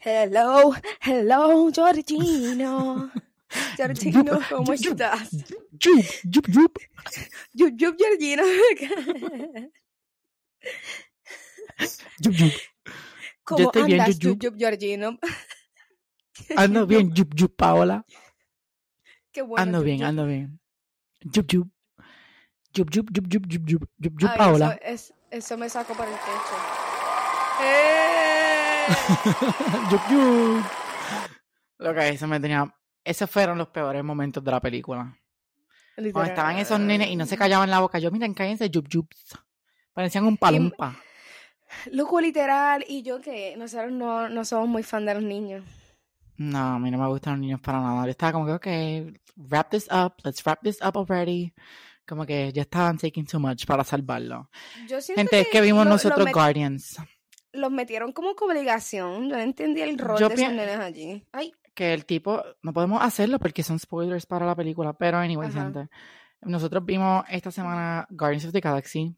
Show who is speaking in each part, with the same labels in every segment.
Speaker 1: Hello, hello, Georgino. Georgino, ¿cómo
Speaker 2: Yup, yup,
Speaker 1: estás?
Speaker 2: Yup, yup, yup.
Speaker 1: Yup, yup, Georgino.
Speaker 2: yup, yup.
Speaker 1: ¿Cómo
Speaker 2: Yo estoy bien,
Speaker 1: andas,
Speaker 2: yup,
Speaker 1: yup, yup, Georgino?
Speaker 2: Ando bien, yup, yup, Paola.
Speaker 1: Qué bueno.
Speaker 2: Ando
Speaker 1: yup,
Speaker 2: bien,
Speaker 1: yup.
Speaker 2: ando bien. Yup, yup. Yup, yup, yup, yup, yup, yup, yup, yup,
Speaker 1: Ay,
Speaker 2: Paola.
Speaker 1: Eso, es- eso me saco por el techo. ¡Eh!
Speaker 2: Yup, yup. Lo que eso me tenía. Esos fueron los peores momentos de la película. Cuando estaban esos nenes y no se callaban la boca. Yo, miren, cállense, yup, yup. Parecían un palumpa.
Speaker 1: Loco, literal. Y yo que nosotros no, no somos muy fan de los niños.
Speaker 2: No, a mí no me gustan los niños para nada. Yo estaba como que, ok, wrap this up, let's wrap this up already. Como que ya estaban taking too much para salvarlo.
Speaker 1: Yo siento
Speaker 2: Gente, es que vimos
Speaker 1: lo- lo
Speaker 2: nosotros
Speaker 1: met-
Speaker 2: Guardians.
Speaker 1: los metieron como que obligación. Yo no entendí el rol
Speaker 2: Yo
Speaker 1: de esos
Speaker 2: pien-
Speaker 1: nenes allí. Ay,
Speaker 2: Que el tipo, no podemos hacerlo porque son spoilers para la película, pero anyway,
Speaker 1: Ajá.
Speaker 2: gente. Nosotros vimos esta semana Guardians of the Galaxy.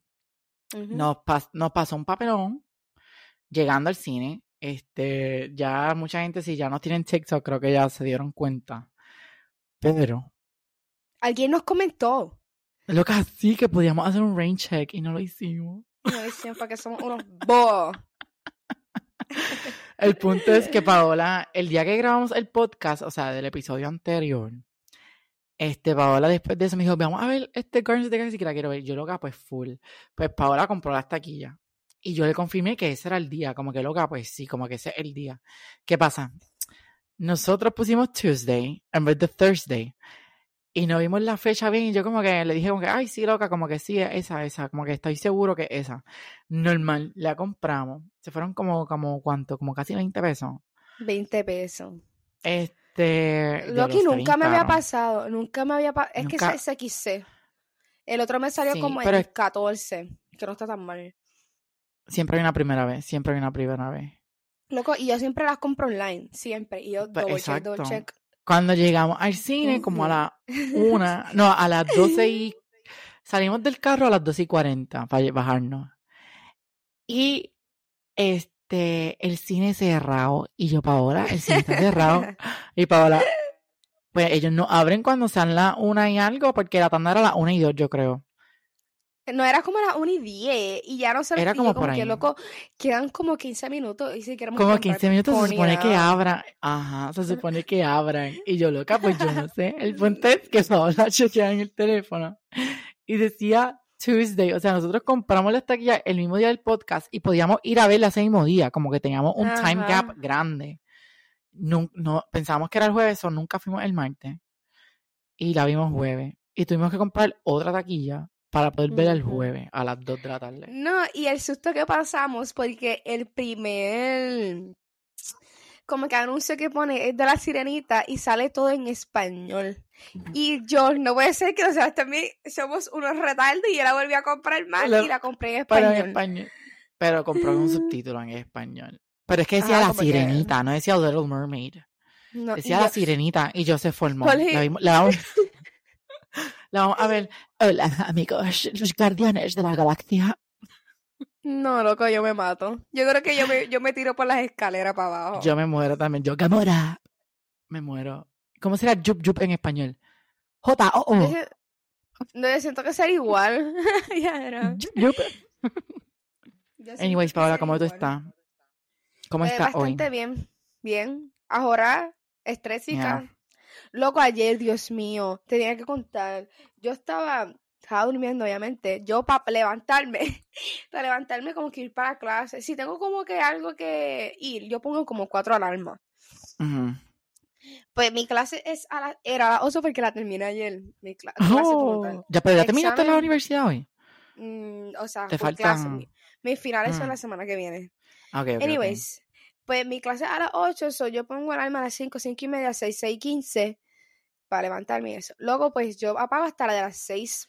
Speaker 1: ujú.
Speaker 2: Nos, pas- nos pasó un papelón llegando al cine. Este, ya mucha gente, si ya nos tienen TikTok, creo que ya se dieron cuenta. Pero
Speaker 1: Alguien nos comentó.
Speaker 2: Loca, sí que podíamos hacer un rain check y no lo hicimos.
Speaker 1: Nos decían para que somos unos bo.
Speaker 2: El punto es que Paola, el día que grabamos el podcast, o sea, del episodio anterior, este, Paola después de eso me dijo, vamos a ver este Guardians of the Galaxy que la quiero ver. Yo, loca, pues full. Pues Paola compró las taquillas. Y yo le confirmé que ese era el día. Como que, loca, pues sí, como que ese es el día. ¿Qué pasa? Nosotros pusimos Tuesday en vez de Thursday. Y no vimos la fecha bien. Y yo como que le dije como que, ay, sí, loca, como que sí, es esa, esa. Como que estoy seguro que es esa. Normal, la compramos. Se fueron como, como, ¿cuánto? Como casi 20 pesos.
Speaker 1: 20 pesos.
Speaker 2: Este. ya
Speaker 1: Loki
Speaker 2: lo sé,
Speaker 1: nunca me había
Speaker 2: caro.
Speaker 1: pasado. Nunca me había pasado. Es
Speaker 2: Nunca-
Speaker 1: que ese XC. El otro me salió
Speaker 2: Sí,
Speaker 1: como
Speaker 2: pero
Speaker 1: en
Speaker 2: es-
Speaker 1: 14. Que no está tan mal.
Speaker 2: Siempre hay una primera vez, siempre hay una primera vez.
Speaker 1: Loco, y yo siempre las compro online. Siempre. Y yo
Speaker 2: Pues,
Speaker 1: double check, double check.
Speaker 2: exacto. Cuando llegamos al cine, como a las una, no, a las doce y. Salimos del carro a las doce y cuarenta para bajarnos. Y este, el cine cerrado. Y yo, Paola, el cine está cerrado. Y Paola, pues ellos no abren cuando sean las una y algo, porque la tanda era las una y dos, yo creo.
Speaker 1: No era como las 1 y 10 y ya no se
Speaker 2: Era
Speaker 1: y yo
Speaker 2: como por
Speaker 1: que
Speaker 2: ahí.
Speaker 1: loco, quedan como 15 minutos y si queremos
Speaker 2: Como
Speaker 1: comprar
Speaker 2: 15 minutos se
Speaker 1: popcorn y
Speaker 2: supone que
Speaker 1: nada.
Speaker 2: abran. Ajá, se supone que abran. Y yo, loca, pues yo no sé. El punto es que Paola chequea en el teléfono. Y decía Tuesday. O sea, nosotros compramos la taquilla el mismo día del podcast y podíamos ir a verla ese mismo día. Como que teníamos un time
Speaker 1: Ajá.
Speaker 2: gap grande. No, no, pensábamos que era el jueves o nunca fuimos el martes. Y la vimos jueves. Y tuvimos que comprar otra taquilla para poder verla el
Speaker 1: Ujú.
Speaker 2: jueves a las 2 de la tarde.
Speaker 1: No, y el susto que pasamos porque el primer como que anuncio que pone es de la sirenita y sale todo en español. Y yo, no puede ser que nosotros también somos unos retardos y yo la volví a comprar más
Speaker 2: La-
Speaker 1: y la compré en
Speaker 2: Pero en
Speaker 1: español.
Speaker 2: español. Pero compró un subtítulo en español. Pero es que decía
Speaker 1: Ajá,
Speaker 2: La
Speaker 1: Ah, como que-
Speaker 2: Sirenita, no decía Little Mermaid.
Speaker 1: No, y
Speaker 2: Decía
Speaker 1: yo,
Speaker 2: La Sirenita y yo se formó.
Speaker 1: Jorge.
Speaker 2: La, vimos- la vamos, la vamos a ver. Hola, amigos, los guardianes de la galaxia.
Speaker 1: no, loco, yo me mato. Yo creo que yo me, yo me tiro por las escaleras para abajo.
Speaker 2: Oh. Yo me muero también. Yo, Gamora. Me muero. ¿Cómo será Yup Yup en español?
Speaker 1: Yo
Speaker 2: J-O-O.
Speaker 1: si- No, yo siento que ser igual. Ya era.
Speaker 2: Yup, yup.
Speaker 1: Yo siento
Speaker 2: Anyways,
Speaker 1: que
Speaker 2: Paola,
Speaker 1: ser
Speaker 2: ¿cómo tú
Speaker 1: igual.
Speaker 2: estás? ¿Cómo
Speaker 1: Eh,
Speaker 2: estás hoy?
Speaker 1: bastante bien, bien. Ahora, estrésica.
Speaker 2: Yeah.
Speaker 1: Loco, ayer, Dios mío, tenía que contar. Yo estaba, estaba durmiendo, obviamente. Yo para levantarme, para levantarme como que ir para clase. Si tengo como que algo que ir, yo pongo como cuatro alarmas.
Speaker 2: Ujú.
Speaker 1: Pues mi clase es a la, era a las ocho porque la terminé ayer. Mi cla- clase como tal.
Speaker 2: Oh, ya, pero ya terminaste la
Speaker 1: Examen.
Speaker 2: universidad hoy.
Speaker 1: Mm, o sea,
Speaker 2: Te
Speaker 1: por clase.
Speaker 2: faltan-
Speaker 1: Mi- Mis finales son
Speaker 2: Mm.
Speaker 1: la semana que viene.
Speaker 2: Ah, Ok, ok, ok.
Speaker 1: Anyways, pues mi clase es a las 8, so yo pongo el alarma a las 5, 5 y media, 6, 6 y 15 para levantarme y eso. Luego, pues yo apago hasta la de las 6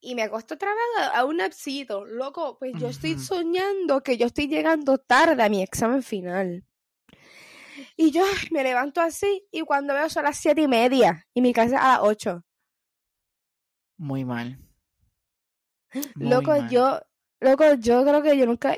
Speaker 1: y me acuesto otra vez a- a un napsito. Loco, pues yo estoy
Speaker 2: Ujú.
Speaker 1: soñando que yo estoy llegando tarde a mi examen final. Y yo ay, me levanto así y cuando veo son las 7 y media y mi clase es a las 8.
Speaker 2: Muy mal. Muy
Speaker 1: Loco,
Speaker 2: mal.
Speaker 1: yo, loco, yo creo que yo nunca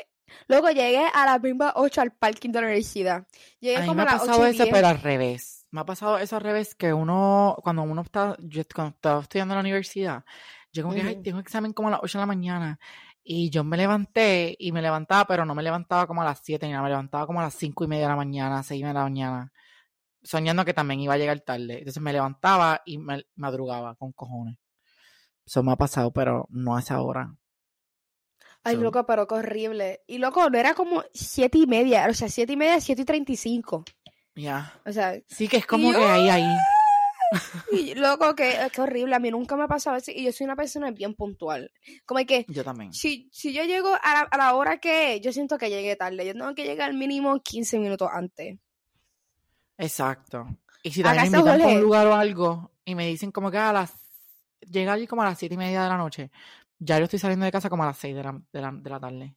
Speaker 1: Luego llegué a las mismas 8 al parking de la universidad. Llegué
Speaker 2: A mí
Speaker 1: como a
Speaker 2: me ha
Speaker 1: las
Speaker 2: pasado
Speaker 1: 8 y
Speaker 2: eso,
Speaker 1: 10.
Speaker 2: pero al revés. Me ha pasado eso al revés, que uno, cuando uno está, yo est- cuando estaba estudiando en la universidad, yo como que, ay,
Speaker 1: Ujú.
Speaker 2: tengo examen como a las 8 de la mañana. Y yo me levanté y me levantaba, pero no me levantaba como a las 7, ni nada, me levantaba como a las 5 y media de la mañana, 6 de la mañana, soñando que también iba a llegar tarde. Entonces me levantaba y me madrugaba con cojones. Eso me ha pasado, pero no a esa hora.
Speaker 1: Ay,
Speaker 2: So,
Speaker 1: loco, pero qué horrible. Y loco, no era como 7 y media, o sea, 7 y media, 7 y 35.
Speaker 2: ya.
Speaker 1: O sea,
Speaker 2: Sí que es como
Speaker 1: yo-
Speaker 2: que ahí, ahí.
Speaker 1: y loco, qué, qué horrible. A mí nunca me ha pasado eso. Y yo soy una persona bien puntual. Como que
Speaker 2: Yo también.
Speaker 1: si, si yo llego a la, a la hora que es, yo siento que llegué tarde. Yo tengo que llegar mínimo 15 minutos antes.
Speaker 2: Exacto. Y si
Speaker 1: Acá
Speaker 2: también me
Speaker 1: está
Speaker 2: invitan a un
Speaker 1: Jorge.
Speaker 2: lugar o algo y me dicen como que a las... Llega allí como a las siete y media de la noche. Ya yo estoy saliendo de casa como a las seis de la, de la, de la tarde.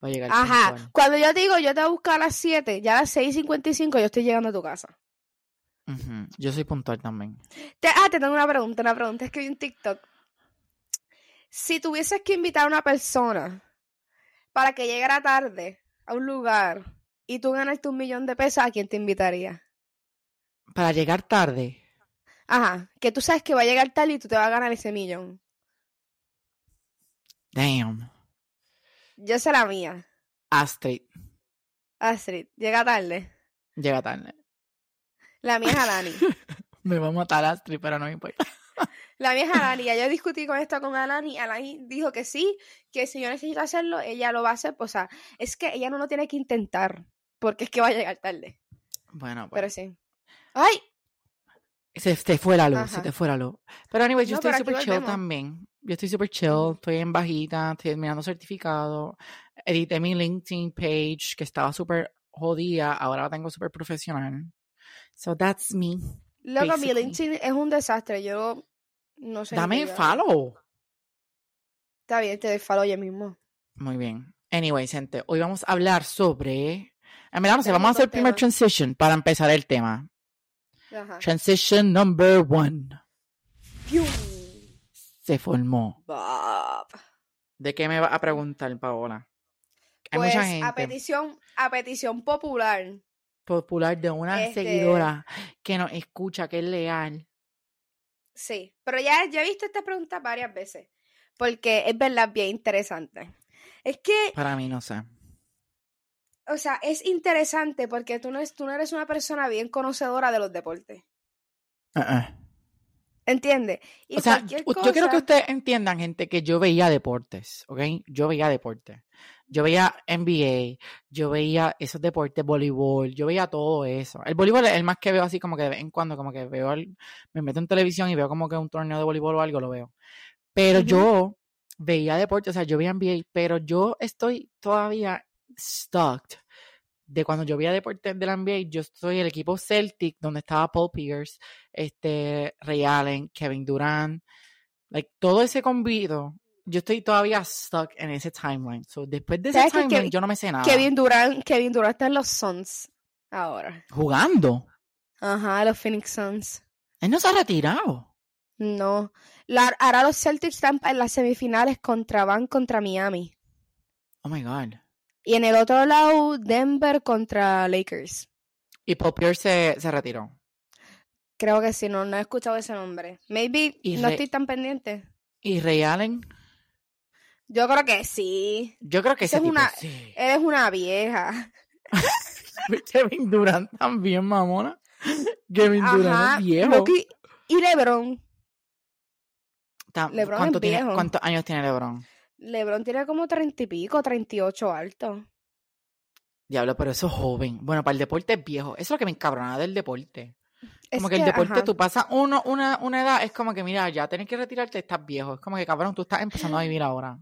Speaker 2: Voy a llegar
Speaker 1: Ajá.
Speaker 2: puntual.
Speaker 1: Cuando yo te digo, yo te voy a buscar a las 7, ya a las 6 y 55 yo estoy llegando a tu casa.
Speaker 2: Ujú. Yo soy puntual también.
Speaker 1: Te- ah, te tengo una pregunta, una pregunta. Es que vi un TikTok. Si tuvieses que invitar a una persona para que llegara tarde a un lugar y tú ganaste un millón de pesos, ¿a quién te invitaría?
Speaker 2: Para llegar tarde.
Speaker 1: Ajá, que tú sabes que va a llegar tarde y tú te vas a ganar ese millón.
Speaker 2: Damn.
Speaker 1: Yo sé la mía.
Speaker 2: Astrid.
Speaker 1: Astrid, llega tarde.
Speaker 2: Llega tarde.
Speaker 1: La mía es Alani.
Speaker 2: Me va a matar Astrid, pero no me importa.
Speaker 1: La mía es Alani. Ya yo discutí con esto con Alani. Alani dijo que sí, que si yo necesito hacerlo, ella lo va a hacer. O sea, es que ella no lo tiene que intentar porque es que va a llegar tarde.
Speaker 2: Bueno,
Speaker 1: Pero
Speaker 2: pues.
Speaker 1: sí. ¡Ay!
Speaker 2: Se te fue la luz, se
Speaker 1: Ajá.
Speaker 2: te fue la luz. Pero anyway, yo
Speaker 1: No,
Speaker 2: estoy
Speaker 1: pero aquí
Speaker 2: súper chill
Speaker 1: volvemos.
Speaker 2: también. Yo estoy súper chill,
Speaker 1: Ujú.
Speaker 2: estoy en bajita, estoy mirando certificado. Edité mi LinkedIn page que estaba súper jodida, ahora la tengo súper profesional. So that's me.
Speaker 1: Loco, mi
Speaker 2: Basically.
Speaker 1: LinkedIn es un desastre. Yo no sé. ni qué
Speaker 2: Dame
Speaker 1: yo hago.
Speaker 2: follow.
Speaker 1: Está bien, te desfalo yo mismo.
Speaker 2: Muy bien. Anyway, gente, hoy vamos a hablar sobre. En verdad, no sé,
Speaker 1: Tenemos
Speaker 2: vamos a hacer el
Speaker 1: dos temas.
Speaker 2: primer
Speaker 1: Ah.
Speaker 2: transition para empezar el tema.
Speaker 1: Ajá.
Speaker 2: Transition number one.
Speaker 1: Piu.
Speaker 2: Se formó.
Speaker 1: Bop.
Speaker 2: ¿De qué me va a preguntar, Paola? Hay
Speaker 1: Pues
Speaker 2: mucha gente.
Speaker 1: a petición, a petición popular.
Speaker 2: popular de una
Speaker 1: Este-
Speaker 2: seguidora que nos escucha, que es leal.
Speaker 1: Sí. Pero ya, ya he visto esta pregunta varias veces. Porque es verdad bien interesante. Es que,
Speaker 2: Para mí, no sé.
Speaker 1: o sea, es interesante porque tú no, es- tú no eres una persona bien conocedora de los deportes.
Speaker 2: Uh-uh.
Speaker 1: ¿Entiendes? Y
Speaker 2: O sea,
Speaker 1: cualquier
Speaker 2: u- yo quiero que
Speaker 1: cosa-
Speaker 2: ustedes entiendan, gente, que yo veía deportes, ¿ok? Yo veía deportes. Yo veía NBA, yo veía esos deportes, voleibol, yo veía todo eso. El voleibol es el más que veo así como que de vez en cuando, como que veo, al- me meto en televisión y veo como que un torneo de voleibol o algo, lo veo. Pero
Speaker 1: Ujú.
Speaker 2: yo veía deportes, o sea, yo veía NBA, pero yo estoy todavía stuck de cuando yo veía deportes de la NBA, yo soy el equipo Celtic, donde estaba Paul Pierce, este, Ray Allen, Kevin Durant, like, todo ese convido, yo estoy todavía stuck en ese timeline. So, después de ese
Speaker 1: ¿Sabes que
Speaker 2: timeline,
Speaker 1: Kev-
Speaker 2: yo no me sé nada.
Speaker 1: Kevin Durant, Kevin Durant está en los Suns ahora.
Speaker 2: Jugando.
Speaker 1: Ajá, los Phoenix Suns.
Speaker 2: Él no se ha retirado.
Speaker 1: No. La- ahora los Celtics están en las semifinales contra Van contra Miami.
Speaker 2: Oh my God.
Speaker 1: Y en el otro lado, Denver contra Lakers.
Speaker 2: Y Paul Pierce se, se retiró.
Speaker 1: Creo que sí, no, no he escuchado ese nombre. Maybe
Speaker 2: Y
Speaker 1: no
Speaker 2: re-
Speaker 1: estoy tan pendiente.
Speaker 2: Y Ray Allen,
Speaker 1: Yo creo que sí.
Speaker 2: yo creo que
Speaker 1: Esa
Speaker 2: ese
Speaker 1: es
Speaker 2: tipo,
Speaker 1: una-
Speaker 2: sí.
Speaker 1: Eres una vieja.
Speaker 2: Kevin Durant también, mamona. Kevin Durant
Speaker 1: Ajá.
Speaker 2: es viejo.
Speaker 1: Loki y LeBron.
Speaker 2: Tam-
Speaker 1: LeBron es
Speaker 2: ¿cuánto tiene-
Speaker 1: viejo.
Speaker 2: ¿Cuántos años tiene LeBron?
Speaker 1: LeBron tiene como treinta y pico, treinta y ocho alto.
Speaker 2: Diablo, pero eso es joven. Bueno, para el deporte es viejo. Eso es lo que me encabrona del deporte.
Speaker 1: Es
Speaker 2: Como que, el deporte,
Speaker 1: ajá.
Speaker 2: tú pasas uno, una, una edad, es como que, mira, ya tienes que retirarte, estás viejo. Es como que, cabrón, tú estás empezando a vivir ahora.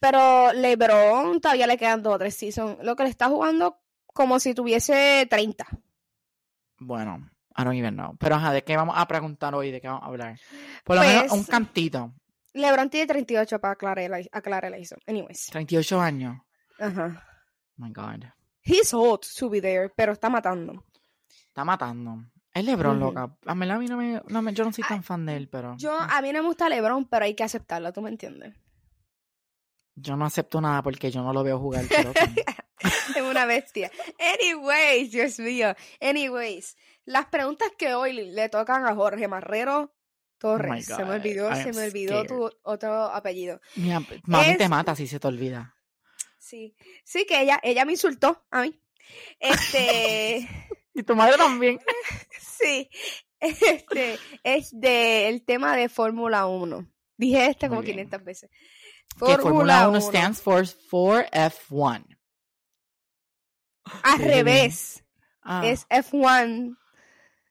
Speaker 1: Pero LeBron todavía le quedan dos o tres seasons. Lo que le está jugando como si tuviese 30.
Speaker 2: Bueno, I don't even know. Pero, ajá, ¿de qué vamos a preguntar hoy? ¿De qué vamos a hablar? Por lo menos
Speaker 1: Pues-
Speaker 2: un cantito.
Speaker 1: LeBron tiene 38 para aclarar la, aclarar la hizo. Anyways.
Speaker 2: 38 años. Oh
Speaker 1: Ajá.
Speaker 2: My God.
Speaker 1: He's hot to be there, pero está matando.
Speaker 2: Está matando. Es LeBron,
Speaker 1: Ujú.
Speaker 2: loca. A mí, a mí no me, no me- yo no soy
Speaker 1: Ay,
Speaker 2: tan fan de él, pero...
Speaker 1: Yo, a mí no me gusta LeBron, pero hay que aceptarlo, ¿tú me entiendes?
Speaker 2: Yo no acepto nada porque yo no lo veo jugar. pero ok.
Speaker 1: Es una bestia. Anyways, Dios mío. Anyways, las preguntas que hoy le tocan a Jorge Marrero Torres. se me
Speaker 2: Oh God,
Speaker 1: olvidó,
Speaker 2: I
Speaker 1: se
Speaker 2: am
Speaker 1: me olvidó tu otro apellido.
Speaker 2: Mira, mami
Speaker 1: Es-
Speaker 2: te mata si se te olvida.
Speaker 1: Sí, sí que ella, ella me insultó a mí. Este,
Speaker 2: Y tu madre también.
Speaker 1: sí, este es del tema de Fórmula 1. Dije este
Speaker 2: Muy
Speaker 1: como
Speaker 2: bien.
Speaker 1: 500 veces.
Speaker 2: Que Fórmula 1
Speaker 1: Uno.
Speaker 2: stands for 4F1.
Speaker 1: Al
Speaker 2: Sí.
Speaker 1: revés,
Speaker 2: Ah,
Speaker 1: es F1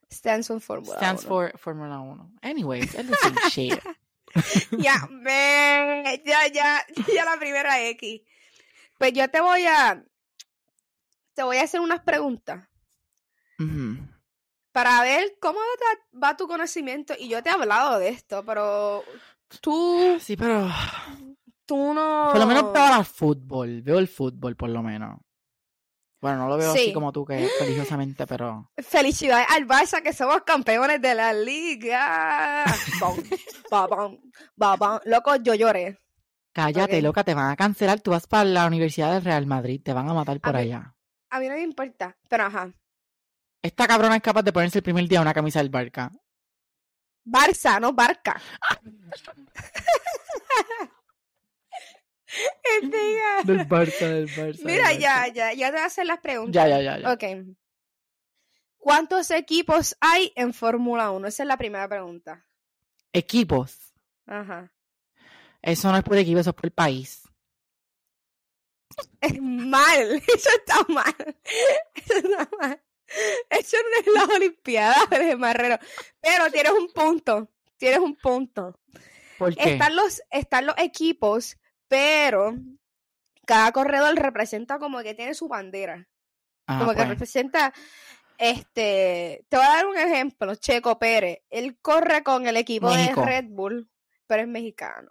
Speaker 1: stands for Fórmula
Speaker 2: stands
Speaker 1: 1.
Speaker 2: for Fórmula 1. Anyways, es the same shit.
Speaker 1: Ya, me, ya, ya, ya la primera X. Pues yo te voy a, te voy a hacer unas preguntas
Speaker 2: Ujú.
Speaker 1: para ver cómo te- va tu conocimiento. Y yo te he hablado de esto, pero tú,
Speaker 2: Sí, pero
Speaker 1: tú no.
Speaker 2: por lo menos veo al fútbol. Veo el fútbol, por lo menos. Bueno, no lo veo
Speaker 1: Sí.
Speaker 2: así como tú, que religiosamente, pero...
Speaker 1: Felicidades al Barça que somos campeones de la liga. Bom, ba, bom, ba, bom. Loco, yo lloré.
Speaker 2: Cállate,
Speaker 1: Ok.
Speaker 2: loca, te van a cancelar. Tú vas para la Universidad del Real Madrid, te van a matar por
Speaker 1: ver.
Speaker 2: allá.
Speaker 1: A mí no me importa, pero ajá.
Speaker 2: Esta cabrona es capaz de ponerse el primer día una camisa del Barca.
Speaker 1: Barça, no Barca. Este, ya.
Speaker 2: Del Barca, del Barça.
Speaker 1: Mira, ya, ya, ya te voy a hacer las preguntas.
Speaker 2: Ya, ya, ya. ya.
Speaker 1: Ok. ¿Cuántos equipos hay en Fórmula 1? Esa es la primera pregunta.
Speaker 2: Equipos.
Speaker 1: Ajá.
Speaker 2: Eso no es por equipo, eso es por país.
Speaker 1: Es mal, eso está mal. Eso está mal. Eso no es la Olimpiada, Jorge Marrero. Pero tienes un punto. Tienes un punto.
Speaker 2: ¿Por qué?
Speaker 1: Están los, están los equipos, pero cada corredor representa como que tiene su bandera.
Speaker 2: Ah,
Speaker 1: como que
Speaker 2: pues.
Speaker 1: representa. Este, te voy a dar un ejemplo, Checo Pérez. Él corre con el equipo
Speaker 2: México.
Speaker 1: de Red Bull, pero es mexicano.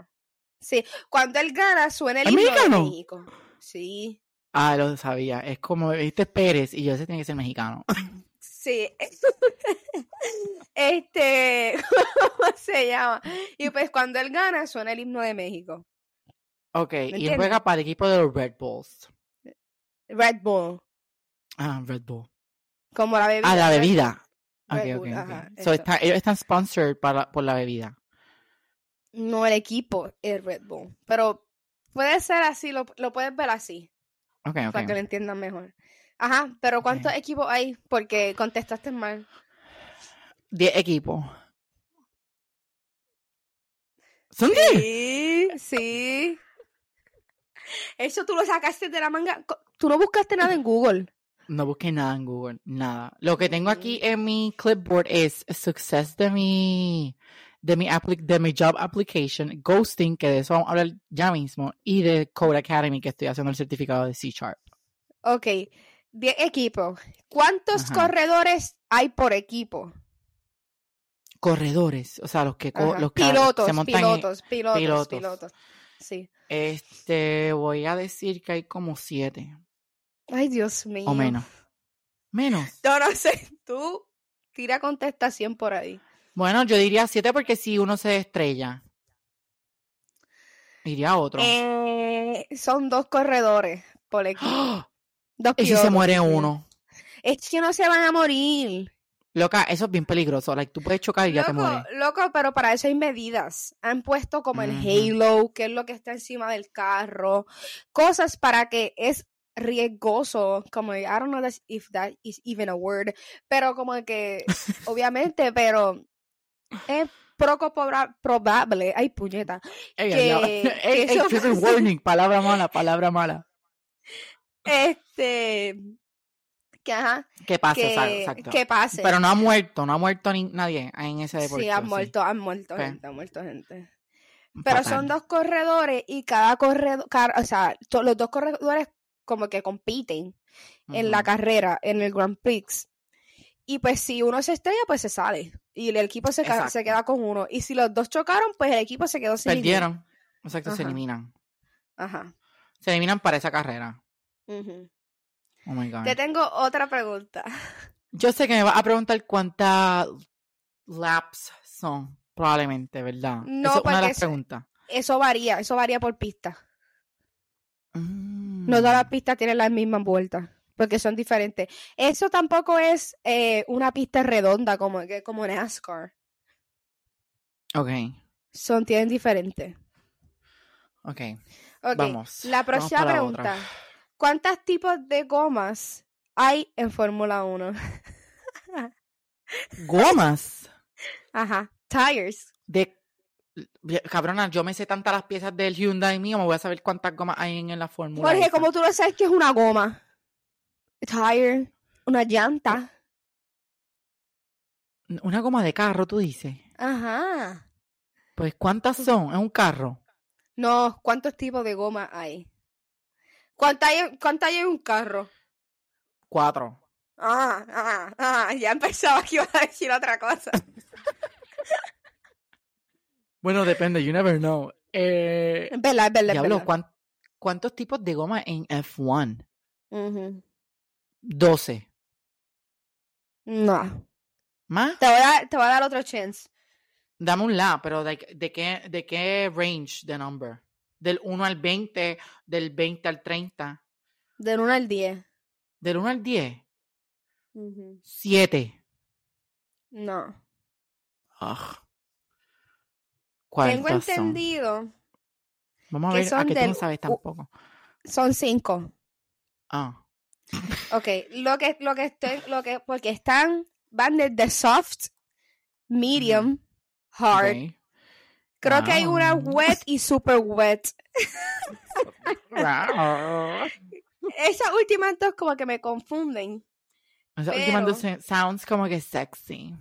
Speaker 1: Sí, cuando él gana suena el
Speaker 2: ¿Es
Speaker 1: himno
Speaker 2: mexicano?
Speaker 1: de México. Sí,
Speaker 2: Ah, lo sabía. Es como, este es Pérez y yo, ese tiene que ser mexicano.
Speaker 1: sí. este, ¿cómo se llama? Y pues cuando él gana suena el himno de México.
Speaker 2: Ok, y
Speaker 1: entiendes?
Speaker 2: juega para el equipo de los Red Bulls.
Speaker 1: Red Bull,
Speaker 2: Ah, Red Bull.
Speaker 1: como la bebida.
Speaker 2: Ah, la
Speaker 1: Red
Speaker 2: bebida.
Speaker 1: Bull,
Speaker 2: Ok,
Speaker 1: Red
Speaker 2: ok,
Speaker 1: Bull,
Speaker 2: ok.
Speaker 1: ajá,
Speaker 2: So,
Speaker 1: eso.
Speaker 2: está- ellos están sponsored para- por la bebida.
Speaker 1: Bull. No el equipo, el Red Bull. Pero puede ser así, lo, lo puedes ver así.
Speaker 2: Ok, ok.
Speaker 1: para que lo entiendan mejor. Ajá, pero ¿cuántos equipos hay? Porque contestaste mal.
Speaker 2: Diez equipos. ¿Son diez?
Speaker 1: Sí, sí. Eso tú lo sacaste de la manga. Co- Tú no buscaste nada en Google.
Speaker 2: No busqué nada en Google, nada. Lo que tengo aquí
Speaker 1: Mm.
Speaker 2: en mi clipboard es success de mi, de mi, apli- de mi job application, ghosting, que de eso vamos a hablar ya mismo, y de Code Academy, que estoy haciendo el certificado de C Sharp.
Speaker 1: Ok, 10 equipos. ¿Cuántos
Speaker 2: Ajá.
Speaker 1: corredores hay por equipo?
Speaker 2: Corredores, o sea, los que, co-
Speaker 1: Ajá.
Speaker 2: los que
Speaker 1: pilotos,
Speaker 2: se montan en-
Speaker 1: pilotos, pilotos, pilotos,
Speaker 2: pilotos.
Speaker 1: Sí.
Speaker 2: Este, voy a decir que hay como siete
Speaker 1: Ay, Dios mío.
Speaker 2: o menos. Menos.
Speaker 1: Yo no sé, tú tira contestación por ahí.
Speaker 2: Bueno, yo diría siete porque si uno se estrella, iría a otro.
Speaker 1: Eh, son dos corredores por equipo.
Speaker 2: ¡Ah!
Speaker 1: Dos
Speaker 2: ¿Y si se
Speaker 1: pilotos,
Speaker 2: muere
Speaker 1: sí.
Speaker 2: uno?
Speaker 1: Es que no se van a morir.
Speaker 2: Loca, eso es bien peligroso. Like, tú puedes chocar y ya te
Speaker 1: Loco,
Speaker 2: mueres.
Speaker 1: loco, pero para eso hay medidas. Han puesto como el
Speaker 2: Ujú.
Speaker 1: halo, que es lo que está encima del carro, cosas para que es riesgoso, como I don't know that's- if that is even a word, pero como que obviamente, pero es poco proba- probable, ay puñeta,
Speaker 2: Ey,
Speaker 1: que-
Speaker 2: al lado.
Speaker 1: que
Speaker 2: Ey, ey,
Speaker 1: eso
Speaker 2: trigger
Speaker 1: pase.
Speaker 2: warning, palabra mala, palabra mala.
Speaker 1: este, que ajá,
Speaker 2: ¿Qué pasa?
Speaker 1: que,
Speaker 2: exacto.
Speaker 1: que pase.
Speaker 2: Pero no ha muerto, no ha muerto ni- nadie en ese deporte.
Speaker 1: sí, han muerto, han muerto
Speaker 2: Ok.
Speaker 1: gente, han muerto gente. Pero son dos corredores y cada corredor, o sea, to- los dos corredores como que compiten en la carrera, en el Grand Prix. Y pues si uno se estrella, pues se sale. Y el equipo se, ca- se
Speaker 2: Exacto.
Speaker 1: queda con uno. Y si los dos chocaron, pues el equipo se quedó sin ninguno.
Speaker 2: Perdieron. Exacto,
Speaker 1: Ajá.
Speaker 2: se eliminan.
Speaker 1: Ajá.
Speaker 2: Se eliminan para esa carrera.
Speaker 1: ujú.
Speaker 2: Oh my God.
Speaker 1: Te tengo otra pregunta.
Speaker 2: Yo sé que me vas a preguntar cuántas laps son, probablemente, ¿verdad?
Speaker 1: No,
Speaker 2: Esa es una de
Speaker 1: porque
Speaker 2: las
Speaker 1: eso-
Speaker 2: preguntas.
Speaker 1: Eso varía, eso varía por pista. No todas
Speaker 2: Mm.
Speaker 1: las pistas tienen las mismas vueltas, porque son diferentes. Eso tampoco es eh, una pista redonda como, que- como NASCAR.
Speaker 2: Ok,
Speaker 1: Son, tienen diferentes.
Speaker 2: ok.
Speaker 1: Ok,
Speaker 2: Vamos,
Speaker 1: La
Speaker 2: vamos
Speaker 1: próxima
Speaker 2: para la otra.
Speaker 1: pregunta. ¿Cuántos tipos de gomas hay en Fórmula 1?
Speaker 2: Gomas.
Speaker 1: Ajá. Tires.
Speaker 2: De... Cabrona, yo me sé tantas las piezas del Hyundai mío, me voy a saber cuántas gomas hay en, en la fórmula.
Speaker 1: Jorge,
Speaker 2: esa.
Speaker 1: ¿cómo tú lo sabes que es una goma? Tire. Una llanta.
Speaker 2: Una goma de carro, tú dices.
Speaker 1: Ajá.
Speaker 2: Pues, ¿cuántas son? Es un carro.
Speaker 1: No, ¿cuántos tipos de goma hay? ¿Cuánta hay, cuánta hay en un carro?
Speaker 2: Cuatro.
Speaker 1: Ah, ah, ah, ya empezaba que iba a decir otra cosa.
Speaker 2: Bueno, depende, you never know. Eh,
Speaker 1: Es verdad, es verdad, es
Speaker 2: diablo,
Speaker 1: verdad.
Speaker 2: ¿cuán- ¿cuántos tipos de goma en F1?
Speaker 1: Ujú.
Speaker 2: 12.
Speaker 1: No.
Speaker 2: ¿Más?
Speaker 1: Te voy, a, te voy a dar otro chance.
Speaker 2: Dame un la, pero de, de qué, ¿de qué range de number? ¿Del 1 al 20? ¿Del 20 al 30?
Speaker 1: Del 1 al 10.
Speaker 2: ¿Del 1 al 10?
Speaker 1: Ujú.
Speaker 2: 7.
Speaker 1: No.
Speaker 2: Ugh. ¿Cuántas
Speaker 1: Tengo
Speaker 2: son?
Speaker 1: entendido.
Speaker 2: Vamos a
Speaker 1: que
Speaker 2: ver, a
Speaker 1: son
Speaker 2: que tú
Speaker 1: del
Speaker 2: no sabes
Speaker 1: u-
Speaker 2: tampoco.
Speaker 1: Son 5.
Speaker 2: Ah,
Speaker 1: Ok, lo que, lo que estoy, lo que, porque están, van desde soft, medium, hard.
Speaker 2: ok.
Speaker 1: Creo que hay una
Speaker 2: Wow.
Speaker 1: wet y super wet.
Speaker 2: Wow.
Speaker 1: Esas últimas dos como que me confunden.
Speaker 2: Esa última
Speaker 1: Pero-
Speaker 2: entonces sounds como que sexy.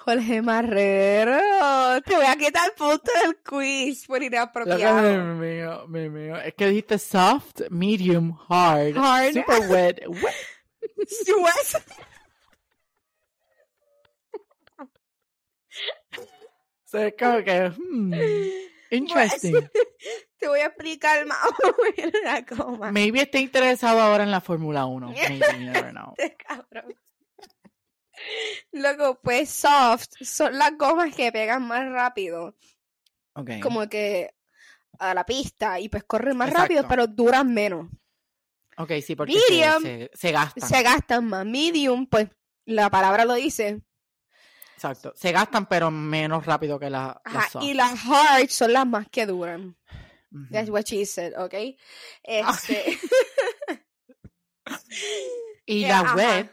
Speaker 1: Jorge Marrero, te voy a quitar punto del quiz por
Speaker 2: Loco,
Speaker 1: inapropiado.
Speaker 2: me meo, me meo. Es que dijiste soft, medium, hard,
Speaker 1: Hard.
Speaker 2: super wet, wet.
Speaker 1: Wet.
Speaker 2: So, es como que, hmm, interesting.
Speaker 1: Pues, Te voy a explicar más o menos la coma.
Speaker 2: Maybe está interesado ahora en la Fórmula 1. Maybe, you never know.
Speaker 1: Este cabrón. Loco, pues soft son las gomas que pegan más rápido,
Speaker 2: Okay.
Speaker 1: como que a la pista y pues corren más
Speaker 2: Exacto.
Speaker 1: rápido, pero duran menos.
Speaker 2: ok, sí, porque
Speaker 1: Medium.
Speaker 2: se, se, se gastan.
Speaker 1: Se gastan más. Medium, pues la palabra lo dice.
Speaker 2: Exacto. Se gastan, pero menos rápido que la, las
Speaker 1: Ajá,
Speaker 2: soft.
Speaker 1: y las hard son las más que duran.
Speaker 2: Ujú.
Speaker 1: That's what she said, ¿ok? Este,
Speaker 2: Y
Speaker 1: eh,
Speaker 2: la
Speaker 1: ajá,
Speaker 2: wet,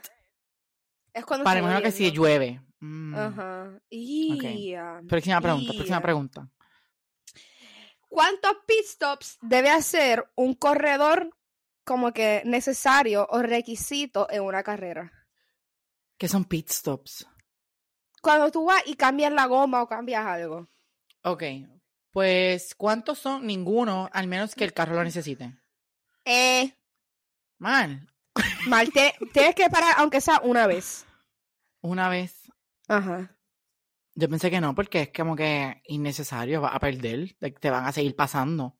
Speaker 1: es cuando
Speaker 2: para
Speaker 1: está
Speaker 2: menos que si
Speaker 1: lloviendo.
Speaker 2: llueve. Mm.
Speaker 1: Ajá. ah, Ia.
Speaker 2: Próxima pregunta, próxima
Speaker 1: Ia.
Speaker 2: pregunta.
Speaker 1: ¿Cuántos pit stops debe hacer un corredor como que necesario o requisito en una carrera?
Speaker 2: ¿Qué son pit stops?
Speaker 1: Cuando tú vas y cambias la goma o cambias algo.
Speaker 2: Ok, pues ¿cuántos son? Ninguno, al menos que el carro lo necesite.
Speaker 1: Eh,
Speaker 2: Mal,
Speaker 1: mal, te- tienes que parar aunque sea una vez.
Speaker 2: una vez.
Speaker 1: Ajá.
Speaker 2: Yo pensé que no, porque es como que innecesario, vas a perder, te te van a seguir pasando.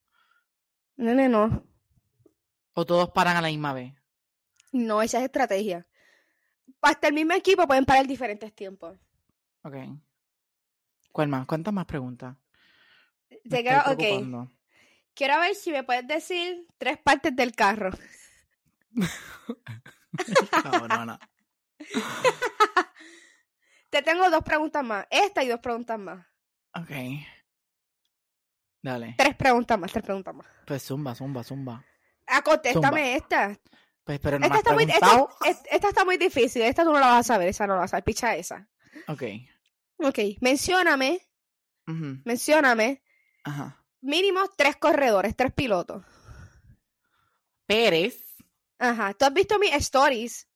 Speaker 1: Nene, no.
Speaker 2: O todos paran a la misma vez.
Speaker 1: No, esa es estrategia. Hasta el mismo equipo pueden parar diferentes tiempos.
Speaker 2: Ok. ¿Cuál más? ¿Cuántas más preguntas? Me
Speaker 1: Te
Speaker 2: estoy
Speaker 1: quiero, ok.
Speaker 2: preocupando.
Speaker 1: Quiero ver si me puedes decir tres partes del carro.
Speaker 2: Cabrona.
Speaker 1: Te tengo dos preguntas más. Esta y dos preguntas más.
Speaker 2: Ok. Dale.
Speaker 1: Tres preguntas más, tres preguntas más.
Speaker 2: Pues zumba, zumba, zumba.
Speaker 1: Ah, contéstame esta.
Speaker 2: Pues pero no
Speaker 1: Esta
Speaker 2: me has
Speaker 1: está, muy, esta-
Speaker 2: preguntado.
Speaker 1: es- esta está muy difícil. Esta tú no la vas a saber. Esa no la vas a saber. Picha esa.
Speaker 2: Ok.
Speaker 1: Ok. Mencióname,
Speaker 2: ujú,
Speaker 1: mencióname.
Speaker 2: Ajá.
Speaker 1: Mínimo tres corredores, tres pilotos.
Speaker 2: Pérez.
Speaker 1: Ajá. Tú has visto mis stories.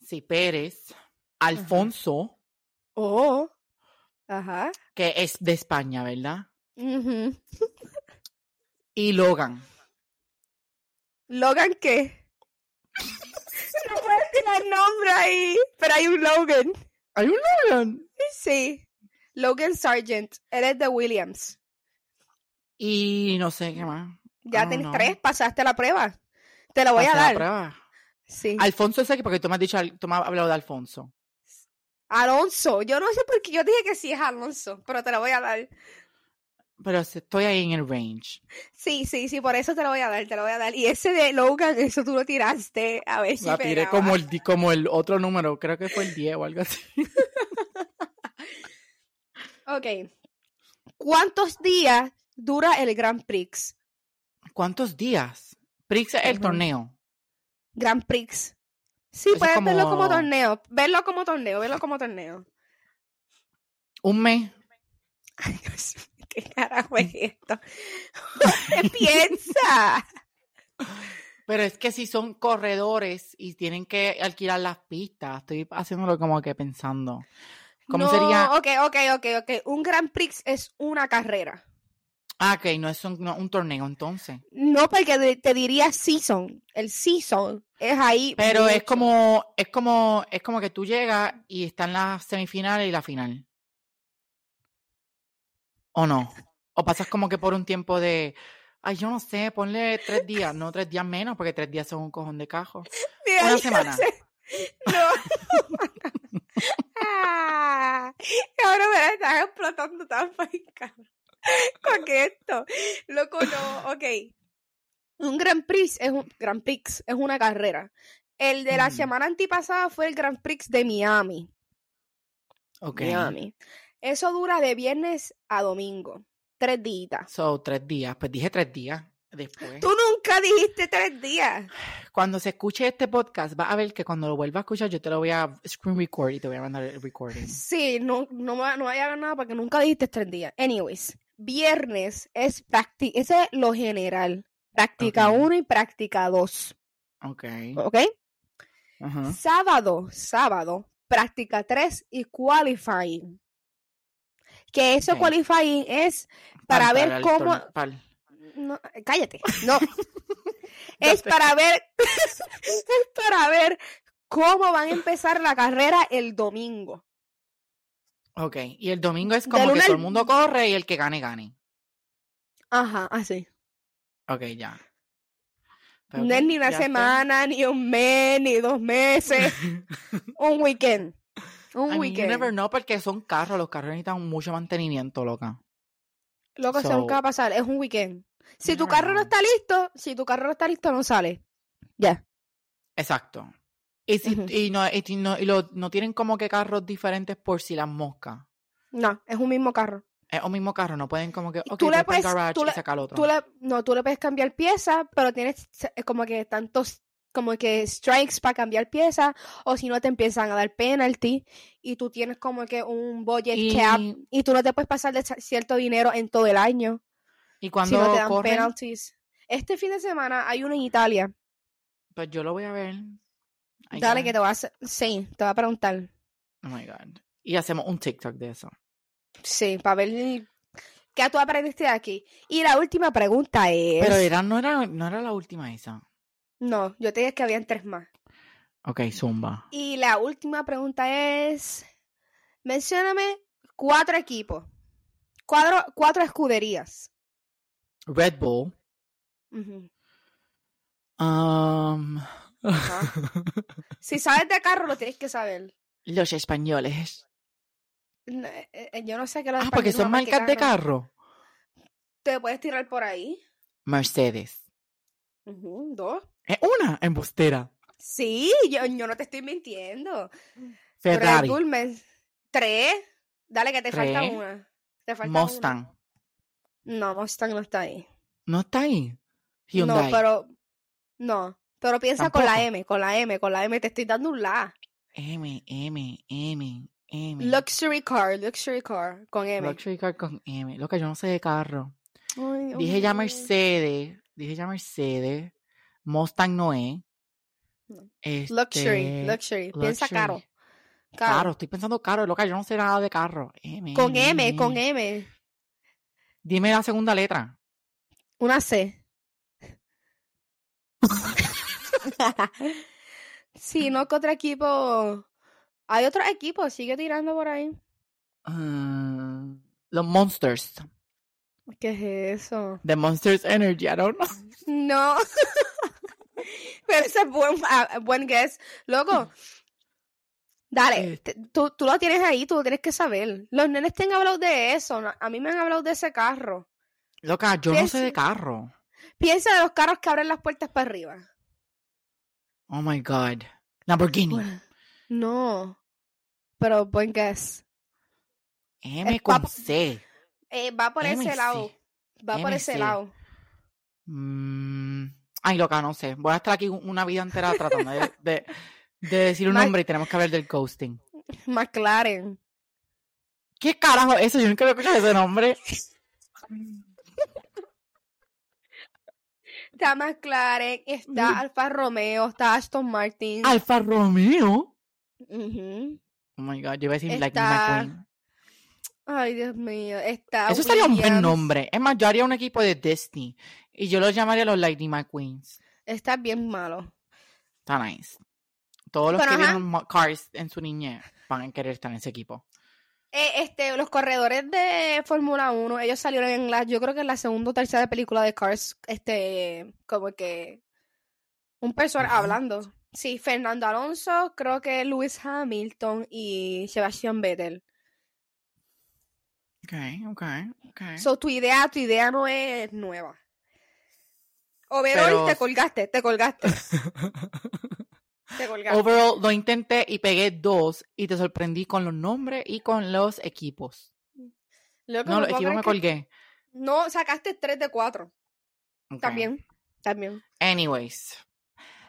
Speaker 2: Sí, Pérez. Alfonso,
Speaker 1: Oh. Ajá.
Speaker 2: que es de España, ¿verdad?
Speaker 1: Ujú.
Speaker 2: Y Logan.
Speaker 1: ¿Logan qué? no puedes tirar nombre ahí. Pero hay un Logan.
Speaker 2: ¿Hay un Logan?
Speaker 1: Sí. Logan Sargent. Eres de Williams.
Speaker 2: Y no sé qué más.
Speaker 1: Ya
Speaker 2: Ah,
Speaker 1: tienes
Speaker 2: no.
Speaker 1: tres. Pasaste la prueba. Te la voy
Speaker 2: Pasé la
Speaker 1: a dar.
Speaker 2: prueba.
Speaker 1: Sí.
Speaker 2: Alfonso es aquí porque tú me has dicho, al- tú me has hablado de Alfonso.
Speaker 1: Alonso. Yo no sé por qué yo dije que sí es Alonso, pero te la voy a dar.
Speaker 2: pero sí estoy ahí en el range.
Speaker 1: Sí, sí, sí, por eso te lo voy a dar, te lo voy a dar. Y ese de Logan, eso tú lo tiraste a ver si
Speaker 2: La tiré
Speaker 1: pegaba.
Speaker 2: como el, di- como el otro número, creo que fue el 10 o algo así.
Speaker 1: Ok. ¿Cuántos días dura el Grand Prix?
Speaker 2: ¿Cuántos días? Prix es el
Speaker 1: Ujú.
Speaker 2: torneo.
Speaker 1: Grand Prix. Sí,
Speaker 2: Eso es
Speaker 1: puedes verlo como
Speaker 2: como-
Speaker 1: torneo. Verlo como torneo, verlo como torneo.
Speaker 2: Un mes.
Speaker 1: Ay, Dios mío, ¿Qué carajo es esto? ¿Qué piensa?
Speaker 2: Pero es que si son corredores y tienen que alquilar las pistas, estoy haciéndolo como que pensando. ¿Cómo
Speaker 1: No,
Speaker 2: sería?
Speaker 1: Ok, ok, ok, ok. Un Grand Prix es una carrera.
Speaker 2: Ah, ok, no es un, no, un torneo entonces.
Speaker 1: No, porque de- te diría season. El season es ahí.
Speaker 2: Pero es
Speaker 1: mucho.
Speaker 2: como, es como, es como que tú llegas y están las semifinales y la final. ¿O no? O pasas como que por un tiempo de, ay, yo no sé, ponle tres días, no tres días menos, porque tres días son un cojón de cajo.
Speaker 1: Mira,
Speaker 2: una
Speaker 1: yo
Speaker 2: semana.
Speaker 1: sé- No. Ah, ahora me la estás explotando tan fácil, cabrón. Con que esto. Loco, no. Ok. Un Grand Prix es un Grand Prix, es una carrera. El de la
Speaker 2: Ujú.
Speaker 1: semana antipasada fue el Grand Prix de Miami.
Speaker 2: Ok.
Speaker 1: Miami. Eso dura de viernes a domingo. Tres días.
Speaker 2: So, tres días. Pues dije tres días después.
Speaker 1: Tú nunca dijiste tres días.
Speaker 2: Cuando se escuche este podcast, vas a ver que cuando lo vuelva a escuchar, yo te lo voy a screen record y te voy a mandar el recording.
Speaker 1: Sí, no, no, va- no vaya a ganar nada porque nunca dijiste tres días. Anyways, viernes es práctica, ese es lo general. Práctica
Speaker 2: Ok.
Speaker 1: 1 y práctica 2,
Speaker 2: Ok.
Speaker 1: ¿ok?
Speaker 2: Ajá.
Speaker 1: Sábado, sábado, práctica 3 y qualifying. Que eso
Speaker 2: Ok.
Speaker 1: qualifying es para
Speaker 2: Pal,
Speaker 1: ver
Speaker 2: el
Speaker 1: cómo-
Speaker 2: torne- pal.
Speaker 1: no, cállate, no. es para ver es para ver cómo van a empezar la carrera el domingo.
Speaker 2: Ok, y el domingo es
Speaker 1: De
Speaker 2: como que
Speaker 1: luna
Speaker 2: todo
Speaker 1: al-
Speaker 2: el mundo corre y el que gane, gane.
Speaker 1: Ajá, así.
Speaker 2: Ok, ya. Pues
Speaker 1: No es
Speaker 2: ok,
Speaker 1: ni una
Speaker 2: ya está.
Speaker 1: semana, ni un mes, ni dos meses. un weekend. Un
Speaker 2: I mean, you
Speaker 1: weekend.
Speaker 2: never know porque son carros, los carros necesitan mucho mantenimiento, loca.
Speaker 1: Lo que se
Speaker 2: So-
Speaker 1: nunca va a pasar es un weekend. Si
Speaker 2: You
Speaker 1: tu
Speaker 2: never
Speaker 1: carro no
Speaker 2: know.
Speaker 1: está listo, si tu carro no está listo, no sale. Ya.
Speaker 2: Exacto. Y, si-
Speaker 1: Ujú.
Speaker 2: y, no, y ti- no, y lo- no tienen como que carros diferentes por si las moscas.
Speaker 1: No, es un mismo carro.
Speaker 2: Es un mismo carro, no pueden como que,
Speaker 1: Y
Speaker 2: ok,
Speaker 1: tú le
Speaker 2: voy pa'l
Speaker 1: puedes-
Speaker 2: garage
Speaker 1: tú
Speaker 2: y
Speaker 1: le-
Speaker 2: sacar otro.
Speaker 1: Tú le, no, tú le puedes cambiar piezas, pero tienes eh, como que tantos como que strikes para cambiar piezas o si no te empiezan a dar penalty y tú tienes como que un budget
Speaker 2: y,
Speaker 1: cap y tú no te puedes pasar de ch- cierto dinero en todo el año.
Speaker 2: y cuando
Speaker 1: si no pues, te dan
Speaker 2: corren,
Speaker 1: penalties. Este fin de semana hay uno en Italia.
Speaker 2: pues yo lo voy a ver. I
Speaker 1: Dale, que
Speaker 2: guess.
Speaker 1: te vas a... Sí, te va a preguntar.
Speaker 2: Oh my God. Y hacemos un TikTok de eso.
Speaker 1: Sí, para ver qué tú aprendiste aquí. Y la última pregunta es...
Speaker 2: Pero era, no, era, no era la última esa.
Speaker 1: No, yo te dije que habían tres más.
Speaker 2: Ok, Zumba.
Speaker 1: Y la última pregunta es... Mencióname cuatro equipos. Cuatro, cuatro escuderías.
Speaker 2: Red Bull.
Speaker 1: Ujú,
Speaker 2: Um,
Speaker 1: ajá. si sabes de carro, lo tienes que saber.
Speaker 2: los españoles.
Speaker 1: No, eh, eh, Yo no sé qué lo
Speaker 2: Ah, porque son marcas de carro.
Speaker 1: Te puedes tirar por ahí.
Speaker 2: Mercedes.
Speaker 1: Ujú, dos.
Speaker 2: Es una embustera.
Speaker 1: Sí, yo, yo no te estoy mintiendo. Red
Speaker 2: Ferrari.
Speaker 1: Bull me- Tres. Dale, que te falta
Speaker 2: Tres.
Speaker 1: una. Te falta una.
Speaker 2: Mustang.
Speaker 1: No, Mustang no está ahí.
Speaker 2: No está ahí. Hyundai.
Speaker 1: No, pero. No. Pero piensa con la
Speaker 2: Tampoco.
Speaker 1: M, con la M, con la M. Te estoy dando un la.
Speaker 2: M, M, M, M.
Speaker 1: Luxury car, luxury car. Con M.
Speaker 2: Luxury car con M. Lo que yo no sé de carro.
Speaker 1: Ay, oh,
Speaker 2: Dije ya
Speaker 1: ay, ay.
Speaker 2: Mercedes. Dije ya Mercedes. Mustang no es.
Speaker 1: No.
Speaker 2: Este,
Speaker 1: Luxury, luxury. Piensa
Speaker 2: luxury.
Speaker 1: caro. Caro.
Speaker 2: Caro, estoy pensando caro, loca, yo no sé nada de carro. M,
Speaker 1: Con M, con M.
Speaker 2: Dime la segunda letra.
Speaker 1: Una C. sí, no que otro equipo. Hay otro equipo, sigue tirando por ahí.
Speaker 2: Ah, los Monsters.
Speaker 1: ¿Qué es eso?
Speaker 2: The Monsters Energy, I don't know.
Speaker 1: No. Pero ese es buen, ah, buen guess. Loco, Dale, te- tú, tú lo tienes ahí, tú lo tienes que saber. Los nenes te han hablado de eso, no- a mí me han hablado de ese carro.
Speaker 2: Loca, yo no sé de
Speaker 1: Piensa-
Speaker 2: carro.
Speaker 1: Piensa de los carros que abren las puertas para arriba.
Speaker 2: Oh my God. Lamborghini.
Speaker 1: Bueno, no, pero buen guess.
Speaker 2: M
Speaker 1: es
Speaker 2: con
Speaker 1: papo-
Speaker 2: C.
Speaker 1: Eh, va por ese
Speaker 2: MC.
Speaker 1: lado, va por ese
Speaker 2: MC.
Speaker 1: lado.
Speaker 2: Mm, Ay, loca, no sé. Voy a estar aquí una vida entera tratando de, de- de decir un
Speaker 1: Mal-
Speaker 2: nombre y tenemos que hablar del ghosting.
Speaker 1: McLaren.
Speaker 2: ¿Qué carajo es eso? Yo nunca había escuchado ese nombre.
Speaker 1: Está McLaren,
Speaker 2: Mm.
Speaker 1: está Alfa Romeo, está Aston Martin.
Speaker 2: Alfa Romeo.
Speaker 1: Ujú.
Speaker 2: Oh my God, yo iba a decir Black
Speaker 1: Está-
Speaker 2: McQueen.
Speaker 1: Ay, Dios mío, está
Speaker 2: Eso sería un buen
Speaker 1: Williams.
Speaker 2: nombre. Es más, yo haría un equipo de Disney y yo lo llamaría los Lightning McQueens.
Speaker 1: Está bien malo.
Speaker 2: Está nice. Todos los
Speaker 1: Pero
Speaker 2: que
Speaker 1: ajá.
Speaker 2: vieron Mo- Cars en su niñez van a querer estar en ese equipo.
Speaker 1: Eh, este, los corredores de Fórmula 1, ellos salieron en la, yo creo que en la segunda o tercera película de Cars, este, como que un personaje
Speaker 2: Ujú.
Speaker 1: hablando. Sí, Fernando Alonso, creo que Lewis Hamilton y Sebastian Vettel.
Speaker 2: Ok, ok, ok.
Speaker 1: So, tu idea, tu idea no es nueva. Overall,
Speaker 2: Pero-
Speaker 1: te colgaste, te colgaste, te colgaste.
Speaker 2: Overall, lo intenté y pegué dos y te sorprendí con los nombres y con los equipos.
Speaker 1: Loco,
Speaker 2: No,
Speaker 1: no
Speaker 2: los
Speaker 1: puedo
Speaker 2: equipos me
Speaker 1: creer que-
Speaker 2: colgué.
Speaker 1: No, sacaste 3 de 4.
Speaker 2: Ok.
Speaker 1: También, también.
Speaker 2: Anyways,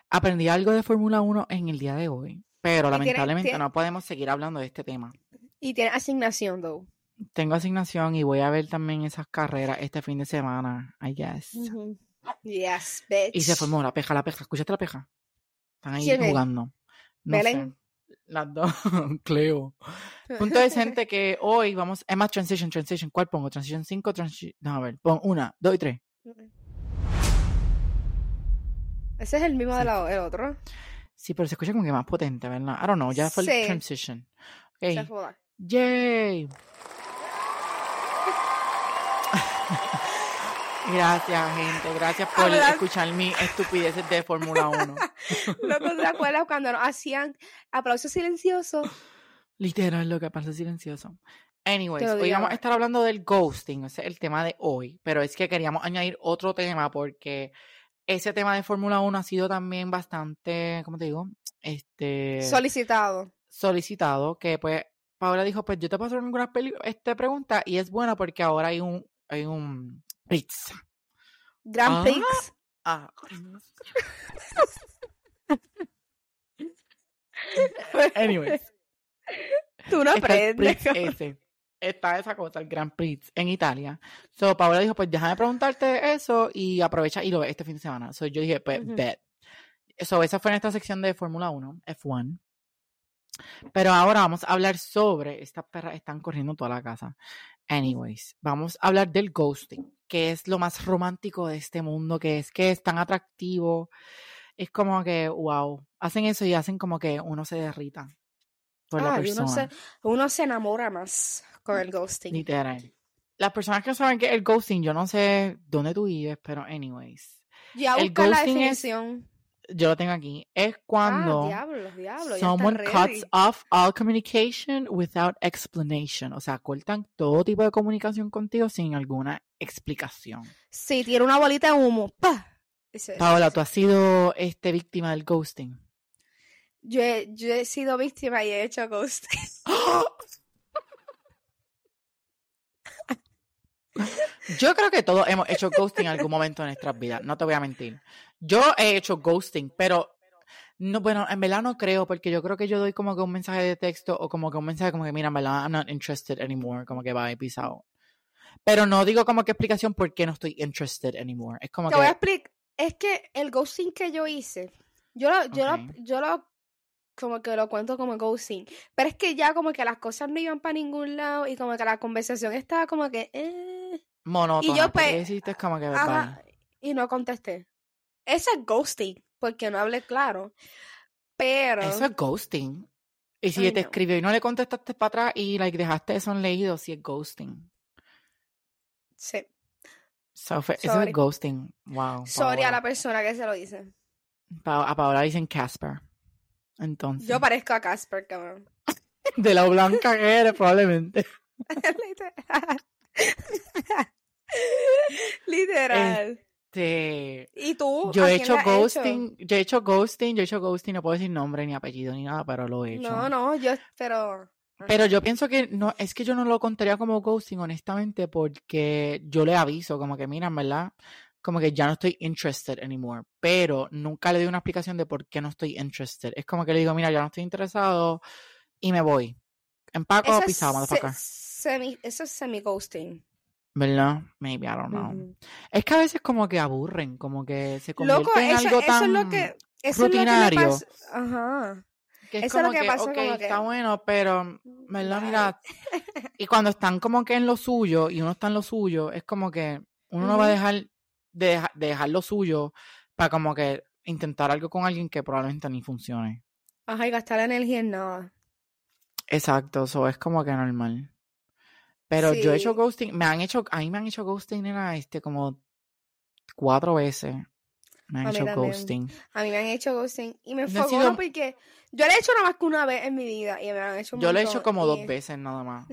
Speaker 2: aprendí algo de Fórmula 1 en el día de hoy, pero
Speaker 1: Y tiene-
Speaker 2: lamentablemente
Speaker 1: tiene-
Speaker 2: no podemos seguir hablando de este tema.
Speaker 1: Y tiene asignación, though.
Speaker 2: Tengo asignación y voy a ver también esas carreras este fin de semana, I guess.
Speaker 1: Ujú. Yes, bitch.
Speaker 2: Y se formó la peja, la peja. ¿Escuchaste la peja? Están ahí
Speaker 1: ¿Quién es?
Speaker 2: jugando. No
Speaker 1: Belén.
Speaker 2: sé. Las dos. Cleo. Punto decente que hoy vamos. Es más, transition, transition. ¿Cuál pongo? Transition 5, transition. Déjame ver. Pon una, dos y tres.
Speaker 1: Ese es el mismo del el otro.
Speaker 2: Sí, pero se escucha como que más potente, ¿verdad? I don't know. Ya fue el
Speaker 1: Sí.
Speaker 2: transition.
Speaker 1: Se
Speaker 2: Ok.
Speaker 1: joda.
Speaker 2: ¡Yay! Gracias, gente. Gracias por
Speaker 1: Hablar-
Speaker 2: escuchar mi estupideces de Fórmula 1.
Speaker 1: Loco, ¿te acuerdas cuando nos hacían aplausos silenciosos?
Speaker 2: Literal, lo que pasa es silencioso. Anyways,
Speaker 1: Te
Speaker 2: hoy vamos
Speaker 1: odiaba.
Speaker 2: a estar hablando del ghosting, ese es el tema de hoy, pero es que queríamos añadir otro tema porque ese tema de Fórmula 1 ha sido también bastante, ¿cómo te digo? Este
Speaker 1: Solicitado.
Speaker 2: solicitado que pues Paola dijo, pues yo te paso algunas peli- este pregunta y es buena porque ahora hay un hay un Ritz.
Speaker 1: Grand
Speaker 2: Ah.
Speaker 1: Prix.
Speaker 2: Ah. Anyways.
Speaker 1: Tú no
Speaker 2: está el
Speaker 1: aprendes.
Speaker 2: Prix ese. Está esa cosa, el Grand Prix en Italia. So, Paola dijo, pues déjame preguntarte eso y aprovecha y lo ves este fin de semana. So, yo dije, pues,
Speaker 1: Ujú.
Speaker 2: bet. So, esa fue nuestra sección de Fórmula 1, F1. Pero ahora vamos a hablar sobre, estas perras están corriendo toda la casa. Anyways, vamos a hablar del ghosting, que es lo más romántico de este mundo, que es que es tan atractivo. Es como que, wow, hacen eso y hacen como que uno se derrita por la
Speaker 1: Ay,
Speaker 2: persona.
Speaker 1: uno, se, uno se enamora más con el ghosting.
Speaker 2: Literal. Las personas que no saben que el ghosting, yo no sé dónde tú vives, pero anyways,
Speaker 1: Ya
Speaker 2: el
Speaker 1: buscar la
Speaker 2: ghosting es
Speaker 1: definición.
Speaker 2: yo lo tengo aquí. Es
Speaker 1: Ah,
Speaker 2: cuando
Speaker 1: diablo, diablo. ya está
Speaker 2: someone
Speaker 1: ready.
Speaker 2: cuts off all communication without explanation. O sea, cortan todo tipo de comunicación contigo sin alguna explicación.
Speaker 1: Sí, tiene una bolita de humo. ¡Pah! Ese-
Speaker 2: Paola, tú has sido este víctima del ghosting.
Speaker 1: Yo he, yo he sido víctima y he hecho ghosting.
Speaker 2: Yo creo que todos hemos hecho ghosting en algún momento de nuestras vidas, no te voy a mentir. Yo he hecho ghosting, pero no, bueno, en verdad no creo, porque yo creo que yo doy como que un mensaje de texto o como que un mensaje como que, mira, en verdad, I'm not interested anymore, como que bye, peace out. Pero no digo como que explicación por qué no estoy interested anymore. Es como
Speaker 1: Te voy a
Speaker 2: que,
Speaker 1: explicar. Es que el ghosting que yo hice, yo lo, yo
Speaker 2: Ok.
Speaker 1: lo, yo lo, como que lo cuento como ghosting. Pero es que ya como que las cosas no iban para ningún lado y como que la conversación estaba como que, eh,
Speaker 2: monótona.
Speaker 1: y yo,
Speaker 2: tú lo que
Speaker 1: pues,
Speaker 2: hiciste es como que,
Speaker 1: ajá,
Speaker 2: bye.
Speaker 1: y no contesté. Eso es ghosting, porque no hablé claro. Pero,
Speaker 2: Eso es ghosting. Y si
Speaker 1: Ay,
Speaker 2: te
Speaker 1: no.
Speaker 2: escribió y no le contestaste para atrás y like, dejaste eso en leído, sí es ghosting.
Speaker 1: sí.
Speaker 2: So, fue- eso
Speaker 1: Sorry.
Speaker 2: es ghosting. Wow.
Speaker 1: Sorry a
Speaker 2: Paola.
Speaker 1: la persona que se lo dice.
Speaker 2: Pa- a Paola dicen Casper. Entonces.
Speaker 1: Yo parezco a Casper, cabrón.
Speaker 2: De la blanca que eres, probablemente.
Speaker 1: Literal.
Speaker 2: Eh,
Speaker 1: Literal.
Speaker 2: Este,
Speaker 1: ¿Y tú?
Speaker 2: yo
Speaker 1: Uh, a
Speaker 2: he
Speaker 1: quién
Speaker 2: hecho
Speaker 1: le has
Speaker 2: ghosting, yo he hecho ghosting, yo he hecho ghosting, no puedo decir nombre ni apellido ni nada, pero lo he hecho.
Speaker 1: No, no, yo, pero.
Speaker 2: Pero yo pienso que no, es que yo no lo contaría como ghosting, honestamente, porque yo le aviso, como que mira, en ¿verdad? Como que ya no estoy interested anymore. Pero nunca le doy una explicación de por qué no estoy interested. Es como que le digo, mira, ya no estoy interesado y me voy. Empaco,
Speaker 1: Eso es,
Speaker 2: pisado,
Speaker 1: se-
Speaker 2: motherfucker.
Speaker 1: semi, eso es semi-ghosting.
Speaker 2: ¿Verdad? Maybe, I don't know.
Speaker 1: Ujú.
Speaker 2: Es que a veces como que aburren, como que se convierte
Speaker 1: Loco,
Speaker 2: en
Speaker 1: eso,
Speaker 2: algo
Speaker 1: eso
Speaker 2: tan...
Speaker 1: es lo que. Eso es lo que le
Speaker 2: rutinario.
Speaker 1: pasó. Ajá.
Speaker 2: que
Speaker 1: eso es lo que pasa,
Speaker 2: ok,
Speaker 1: como que-
Speaker 2: está bueno, pero... ¿Verdad?
Speaker 1: Bye.
Speaker 2: Mira, y cuando están como que en lo suyo y uno está en lo suyo, es como que uno no va a
Speaker 1: Ujú.
Speaker 2: dejar de, deja- de dejar lo suyo para como que intentar algo con alguien que probablemente ni funcione.
Speaker 1: Ajá, y gastar energía en nada.
Speaker 2: Exacto, eso es como que normal. Pero yo he hecho
Speaker 1: Sí.
Speaker 2: ghosting, me han hecho, a mí me han hecho ghosting, nena, este, como cuatro veces. Me han
Speaker 1: A mí
Speaker 2: hecho
Speaker 1: también.
Speaker 2: ghosting.
Speaker 1: A mí me han hecho ghosting y me
Speaker 2: No he
Speaker 1: enfocó
Speaker 2: sido-
Speaker 1: porque yo le he hecho nada más que una vez en mi vida y me han hecho un
Speaker 2: Yo lo he hecho
Speaker 1: montón,
Speaker 2: como
Speaker 1: y-
Speaker 2: dos veces nada más.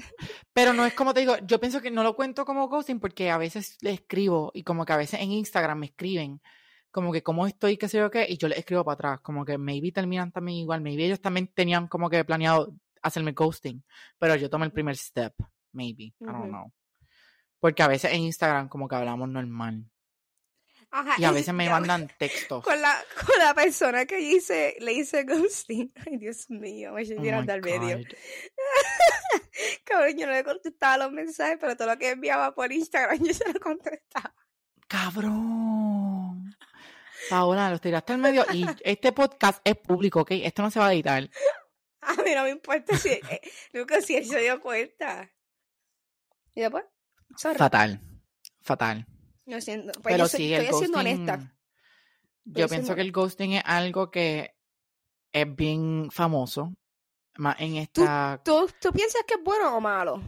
Speaker 2: Pero no es como te digo, yo pienso que no lo cuento como ghosting porque a veces le escribo y como que a veces en Instagram me escriben como que cómo estoy, qué sé yo qué, y yo le escribo para atrás, como que maybe terminan también igual, maybe ellos también tenían como que planeado hacerme ghosting, pero yo tomé el primer step, maybe, I don't
Speaker 1: Ujú.
Speaker 2: know. Porque a veces en Instagram como que hablamos normal
Speaker 1: Ajá,
Speaker 2: Ah, y a
Speaker 1: y
Speaker 2: veces me
Speaker 1: yo-
Speaker 2: mandan textos.
Speaker 1: Con la, con la persona que hice, le hice ghosting. Ay, Dios mío, me
Speaker 2: Oh
Speaker 1: sentieron
Speaker 2: my
Speaker 1: dar medio.
Speaker 2: God.
Speaker 1: Cabrón, yo no le contestaba los mensajes, pero todo lo que enviaba por Instagram yo se lo contestaba.
Speaker 2: Cabrón. Paola, los tiraste al medio y este podcast es público, ¿ok? Esto no se va a editar.
Speaker 1: A mí no me importa si, eh, nunca si él se dio cuenta. Y después, sorry,
Speaker 2: Fatal. Fatal.
Speaker 1: lo siento. Pues
Speaker 2: Pero
Speaker 1: yo soy-
Speaker 2: sí, el
Speaker 1: estoy siendo
Speaker 2: ghosting.
Speaker 1: honesta.
Speaker 2: Yo
Speaker 1: Estoy
Speaker 2: pienso
Speaker 1: siendo
Speaker 2: que el ghosting es algo que es bien famoso. Más en
Speaker 1: ¿Tú,
Speaker 2: esta.
Speaker 1: tú, tú piensas que es bueno o malo?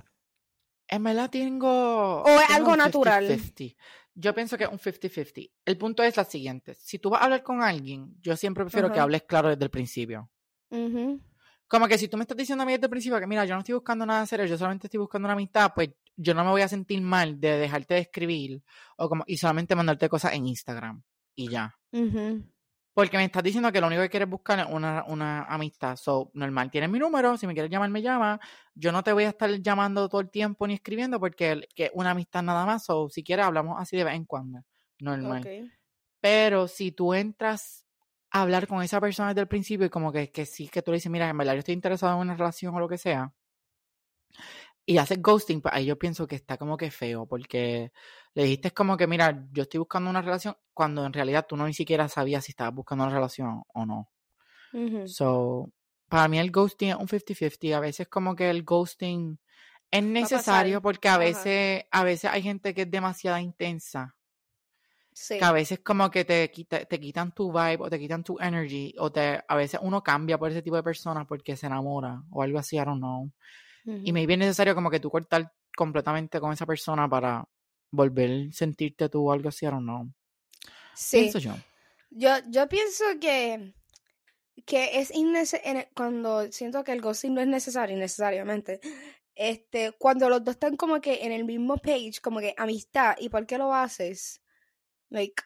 Speaker 2: En verdad tengo.
Speaker 1: O es
Speaker 2: tengo
Speaker 1: algo
Speaker 2: un
Speaker 1: natural.
Speaker 2: 50-50. Yo pienso que es un 50-50. El punto es la siguiente. Si tú vas a hablar con alguien, yo siempre prefiero que
Speaker 1: Ajá.
Speaker 2: hables claro desde el principio.
Speaker 1: Ujú.
Speaker 2: Como que si tú me estás diciendo a mí desde el principio que, mira, yo no estoy buscando nada serio, yo solamente estoy buscando una amistad, pues yo no me voy a sentir mal de dejarte de escribir o como, y solamente mandarte cosas en Instagram y ya.
Speaker 1: Ujú.
Speaker 2: Porque me estás diciendo que lo único que quieres buscar es una, una amistad. So, normal, tienes mi número, si me quieres llamar, me llama. Yo no te voy a estar llamando todo el tiempo ni escribiendo porque el- que una amistad nada más. O si quieres, hablamos así de vez en cuando. Normal.
Speaker 1: Ok.
Speaker 2: Pero si tú entras a hablar con esa persona desde el principio y como que, que sí, que tú le dices, mira, en verdad yo estoy interesado en una relación o lo que sea, y haces ghosting, pues ahí yo pienso que está como que feo, porque le dijiste como que, mira, yo estoy buscando una relación, cuando en realidad tú no ni siquiera sabías si estabas buscando una relación o no.
Speaker 1: Ujú.
Speaker 2: So, para mí el ghosting es un 50-50. A veces como que el ghosting es necesario porque a
Speaker 1: Ajá.
Speaker 2: veces, a veces hay gente que es demasiado intensa
Speaker 1: Sí.
Speaker 2: que a veces como que te, quita- te quitan tu vibe o te quitan tu energy o te, a veces uno cambia por ese tipo de personas porque se enamora o algo así, I don't know. Y
Speaker 1: Ujú.
Speaker 2: me es necesario como que tú cortar completamente con esa persona para volver a sentirte tú o algo así, I don't know.
Speaker 1: Sí.
Speaker 2: Pienso yo.
Speaker 1: Yo, yo pienso que, que es innecesario, cuando siento que el ghosting no es necesario, innecesariamente, este, cuando los dos están como que en el mismo page, como que amistad, ¿y por qué lo haces? Like,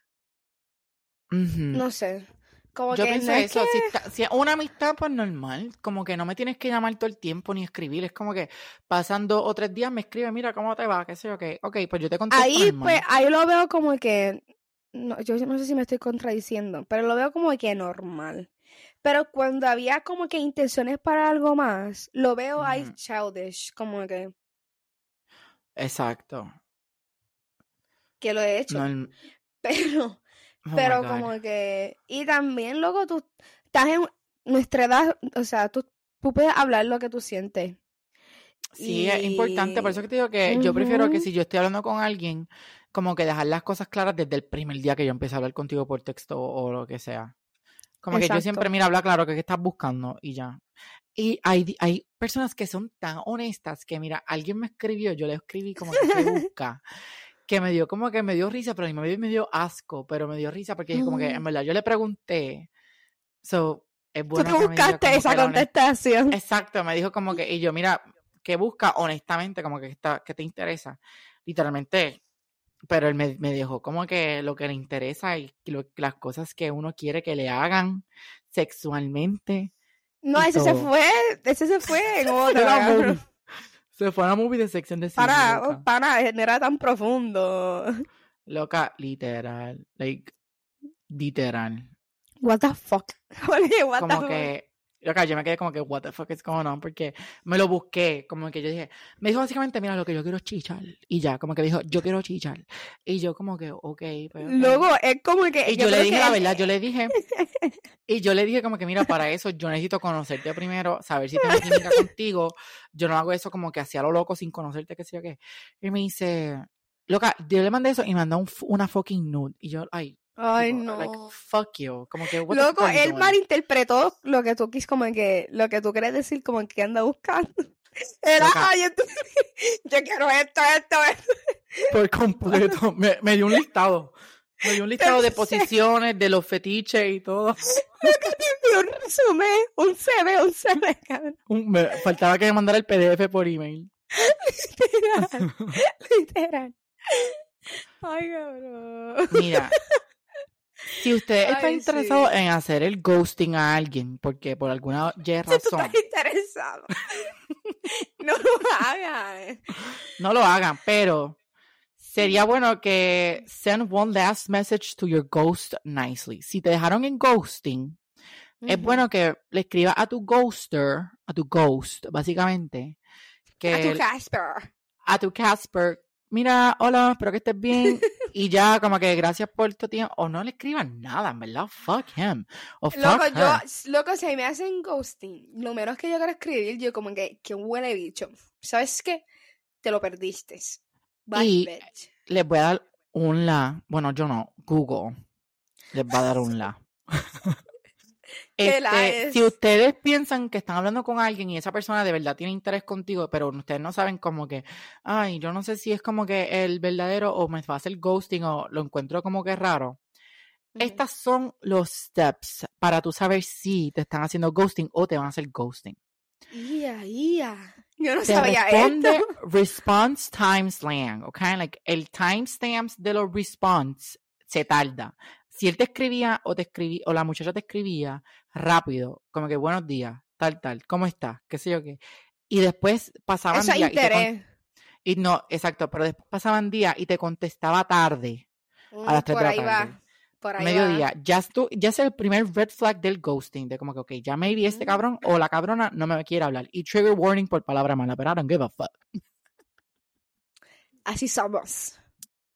Speaker 2: Ujú.
Speaker 1: no sé, como
Speaker 2: Mm. Yo
Speaker 1: que
Speaker 2: pienso
Speaker 1: no es
Speaker 2: eso,
Speaker 1: que...
Speaker 2: si, está- si es una amistad, pues normal, como que no me tienes que llamar todo el tiempo ni escribir, es como que pasando o tres días me escribe, mira, ¿cómo te va? ¿Qué sé yo qué? Ok, pues yo te contesto
Speaker 1: Ahí,
Speaker 2: normal.
Speaker 1: pues, ahí lo veo como que, no, yo no sé si me estoy contradiciendo, pero lo veo como que normal. Pero cuando había como que intenciones para algo más, lo veo ahí
Speaker 2: Ujú.
Speaker 1: childish, como que,
Speaker 2: Exacto.
Speaker 1: que lo he hecho.
Speaker 2: Norm-
Speaker 1: Pero...
Speaker 2: oh my
Speaker 1: Pero
Speaker 2: God.
Speaker 1: como que... Y también, loco, tú estás en nuestra edad, o sea, tú, tú puedes hablar lo que tú sientes.
Speaker 2: Sí, es importante, por eso
Speaker 1: Y...
Speaker 2: que te digo que yo prefiero que
Speaker 1: Ujú.
Speaker 2: si yo estoy hablando con alguien, como que dejar las cosas claras desde el primer día que yo empecé a hablar contigo por texto o, o lo que sea. Como que yo siempre,
Speaker 1: Exacto.
Speaker 2: mira, habla claro que qué estás buscando y ya. Y hay, di- hay personas que son tan honestas que, mira, alguien me escribió, yo le escribí como que qué busca, que me dio como que me dio risa, pero a mí me dio asco, pero me dio risa porque dije como que en verdad yo le pregunté, so, Es
Speaker 1: Tú
Speaker 2: bueno
Speaker 1: te
Speaker 2: que me diga
Speaker 1: buscaste
Speaker 2: como
Speaker 1: esa
Speaker 2: que la honest-
Speaker 1: contestación.
Speaker 2: Exacto, me dijo como que, y yo, mira, ¿qué busca honestamente? Como que, está, que te interesa, literalmente. Pero él me, me dijo como que lo que le interesa y lo- las cosas que uno quiere que le hagan sexualmente.
Speaker 1: No,
Speaker 2: y
Speaker 1: ese se
Speaker 2: todo.
Speaker 1: fue, ese se fue en
Speaker 2: Se fue a la
Speaker 1: otra.
Speaker 2: movie. Se fue a la movie de Sex and the City,
Speaker 1: para,
Speaker 2: loca.
Speaker 1: oh, para, no era tan profundo.
Speaker 2: Loca, literal, like, literal.
Speaker 1: What the fuck. Oye, what the
Speaker 2: como
Speaker 1: fuck.
Speaker 2: que loca, yo me quedé como que what the fuck is going on porque me lo busqué como que yo dije me dijo básicamente mira lo que yo quiero es chichar y ya como que dijo yo quiero chichar y yo como que ok pues, ok.
Speaker 1: Luego es como que
Speaker 2: y yo, le
Speaker 1: creo
Speaker 2: dije
Speaker 1: que
Speaker 2: la
Speaker 1: él-
Speaker 2: verdad yo le dije y yo le dije como que mira para eso yo necesito conocerte primero saber si tengo química contigo yo no hago eso como que hacia lo loco sin conocerte qué sé yo qué y me dice loca yo le mandé eso y me mandó un f- una fucking nude y yo ay
Speaker 1: Ay,
Speaker 2: tipo, like,
Speaker 1: no.
Speaker 2: fuck you como que what the fuck
Speaker 1: Loco,
Speaker 2: are you
Speaker 1: él
Speaker 2: doing?
Speaker 1: malinterpretó lo que tú quis como que lo que tú quieres decir como que anda buscando. Era,
Speaker 2: Loca.
Speaker 1: ay, esto- yo quiero esto, esto, esto.
Speaker 2: Por completo. Me, me dio un listado. Me dio un listado de posiciones, de los fetiches y todo.
Speaker 1: Y un resumen, un CV, un CV, cabrón.
Speaker 2: Un- me- faltaba que me mandara el PDF por email.
Speaker 1: Literal. Literal. Ay, cabrón.
Speaker 2: Mira. Si usted está
Speaker 1: Ay,
Speaker 2: interesado
Speaker 1: sí.
Speaker 2: en hacer el ghosting a alguien, porque por alguna ye
Speaker 1: Si tú
Speaker 2: razón,
Speaker 1: estás interesado, no lo hagas.
Speaker 2: no lo hagan, pero sería bueno que send one last message to your ghost nicely. Si te dejaron en ghosting, Es bueno que le escribas a tu ghoster, a tu ghost, básicamente, que
Speaker 1: A tu
Speaker 2: el-
Speaker 1: Casper.
Speaker 2: a tu Casper, mira, hola, espero que estés bien, y ya como que gracias por tu tiempo, o no le escribas nada, en verdad, fuck him, o fuck
Speaker 1: Loco, yo,
Speaker 2: her.
Speaker 1: loco, si a mí me hacen ghosting, lo menos que yo quiero escribir, yo como que, que huele bicho. ¿Sabes qué? Te lo perdiste. Bye,
Speaker 2: Y-
Speaker 1: bitch.
Speaker 2: Les voy a dar un la, bueno, yo no, Google les va a dar un la.
Speaker 1: ¿Qué la
Speaker 2: Este,
Speaker 1: es?
Speaker 2: si ustedes piensan que están hablando con alguien y esa persona de verdad tiene interés contigo, pero ustedes no saben como que, ay, yo no sé si es como que el verdadero o me va a hacer ghosting o lo encuentro como que raro. Estas son los steps para tú saber si te están haciendo ghosting o te van a hacer ghosting.
Speaker 1: Ujú. Ia, ia. Yo no
Speaker 2: Te
Speaker 1: sabía
Speaker 2: responde
Speaker 1: esto.
Speaker 2: response time slang, ¿ok? Like, el timestamps de los response se tarda. Si él te escribía o te escribí, o la muchacha te escribía rápido, como que buenos días, tal, tal, ¿cómo estás? ¿Qué sé yo qué? Y después pasaban
Speaker 1: Eso es
Speaker 2: días. Y, te con-
Speaker 1: interés.
Speaker 2: y no, exacto, pero después pasaban días y te contestaba tarde, a
Speaker 1: Mm,
Speaker 2: las 3
Speaker 1: Por
Speaker 2: de la
Speaker 1: ahí
Speaker 2: tarde.
Speaker 1: va. Por ahí va.
Speaker 2: Mediodía, ya, estu- ya es el primer red flag del ghosting, de como que, ok, ya maybe este
Speaker 1: Mm.
Speaker 2: cabrón o la cabrona no me quiere hablar. Y trigger warning por palabra mala, pero I don't give a fuck.
Speaker 1: Así somos.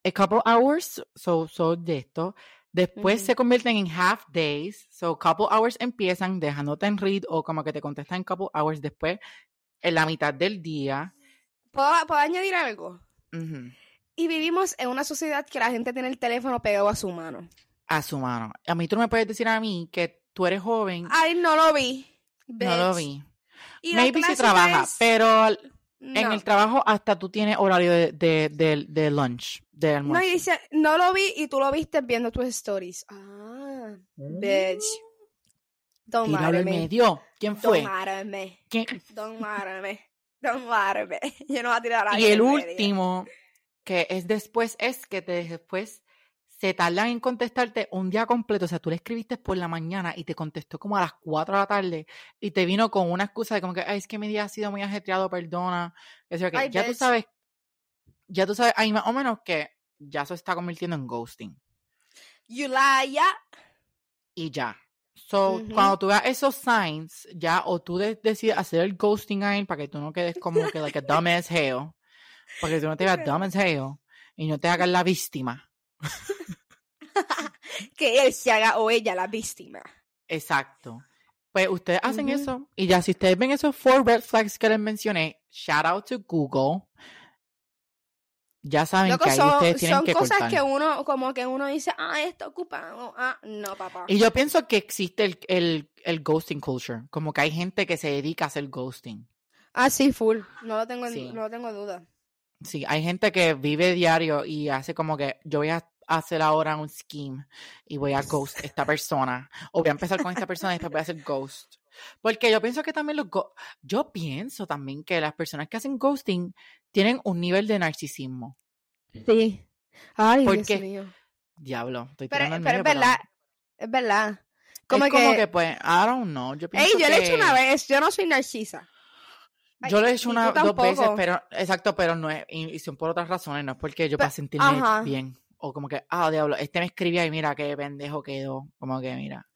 Speaker 2: a couple hours, so, so de esto. Después
Speaker 1: Ujú.
Speaker 2: se convierten en half days, so couple hours empiezan dejándote en read o como que te contestan couple hours después, en la mitad del día.
Speaker 1: ¿Puedo, puedo añadir algo?
Speaker 2: Ujú.
Speaker 1: Y vivimos en una sociedad que la gente tiene el teléfono pegado a su mano.
Speaker 2: A su mano. A mí tú no me puedes decir a mí que tú eres joven,
Speaker 1: Ay, no lo vi.
Speaker 2: no lo
Speaker 1: Ah, bitch.
Speaker 2: vi.
Speaker 1: Y la
Speaker 2: Maybe si
Speaker 1: clásica
Speaker 2: trabaja,
Speaker 1: es,
Speaker 2: pero al- en
Speaker 1: no.
Speaker 2: el trabajo hasta tú tienes horario de, de, de- de lunch, de
Speaker 1: No,
Speaker 2: almuerzo.
Speaker 1: y dice, no lo vi y tú lo viste viendo tus stories. Ah, bitch. Don't lie
Speaker 2: Mm. Tíralo
Speaker 1: to
Speaker 2: en
Speaker 1: me.
Speaker 2: medio. ¿Quién
Speaker 1: Don't
Speaker 2: fue?
Speaker 1: lie to me.
Speaker 2: ¿Quién-
Speaker 1: Don't lie to me. Don't lie to me. Yo no voy a tirar a
Speaker 2: Y
Speaker 1: alguien
Speaker 2: el
Speaker 1: en medio.
Speaker 2: último, que es después, es que te, después se tardan en contestarte un día completo. O sea, tú le escribiste por la mañana y te contestó como a las 4 de la tarde y te vino con una excusa de como que, "Ay, es que mi día ha sido muy ajetreado, perdona. qué sé yo qué.
Speaker 1: Ay,
Speaker 2: ya tú
Speaker 1: bitch.
Speaker 2: sabes, ya tú sabes, ahí más o menos que ya se está convirtiendo en ghosting.
Speaker 1: You lie, yeah.
Speaker 2: Y ya. So,
Speaker 1: Ujú.
Speaker 2: cuando tú veas esos signs, ya, o tú de- decides hacer el ghosting a él para que tú no quedes como que, like a dumb as hell. Porque tú no te veas dumb as hell y no te hagas la víctima.
Speaker 1: Que él se haga o ella la víctima.
Speaker 2: Exacto. Pues ustedes hacen
Speaker 1: Ujú.
Speaker 2: eso. Y ya, si ustedes ven esos four red flags que les mencioné, shout out to Google. Ya saben
Speaker 1: Loco,
Speaker 2: que ahí
Speaker 1: son,
Speaker 2: ustedes tienen
Speaker 1: son
Speaker 2: que
Speaker 1: cosas
Speaker 2: cortar.
Speaker 1: que uno, como que uno dice, ah, está ocupado. Ah, no, papá.
Speaker 2: Y yo pienso que existe el, el, el ghosting culture. Como que hay gente que se dedica a hacer ghosting.
Speaker 1: Ah, sí, full. No lo tengo, en-
Speaker 2: Sí.
Speaker 1: no lo tengo duda.
Speaker 2: Sí, hay gente que vive diario y hace como que yo voy a hacer ahora un scheme y voy a ghost esta persona. O voy a empezar con esta persona y después voy a hacer ghost. Porque yo pienso que también los go- yo pienso también que las personas que hacen ghosting tienen un nivel de narcisismo.
Speaker 1: Sí. Ay,
Speaker 2: ¿Por
Speaker 1: Dios
Speaker 2: qué?
Speaker 1: mío.
Speaker 2: Diablo, estoy
Speaker 1: Pero,
Speaker 2: tirando el
Speaker 1: pero es
Speaker 2: medio, pero-
Speaker 1: verdad, es verdad. Como
Speaker 2: es
Speaker 1: que,
Speaker 2: como que pues, I don't know. Yo
Speaker 1: Ey,
Speaker 2: pienso
Speaker 1: yo lo he hecho
Speaker 2: que-
Speaker 1: una vez, yo no soy narcisa. Ay,
Speaker 2: Yo lo he hecho
Speaker 1: y
Speaker 2: una
Speaker 1: tú
Speaker 2: dos veces,
Speaker 1: tampoco.
Speaker 2: pero exacto, pero no es y, y son por otras razones, no es porque yo
Speaker 1: Pe-
Speaker 2: para sentirme
Speaker 1: ajá.
Speaker 2: bien o como que, ah, diablo, este me escribía y mira qué pendejo quedó, como que mira,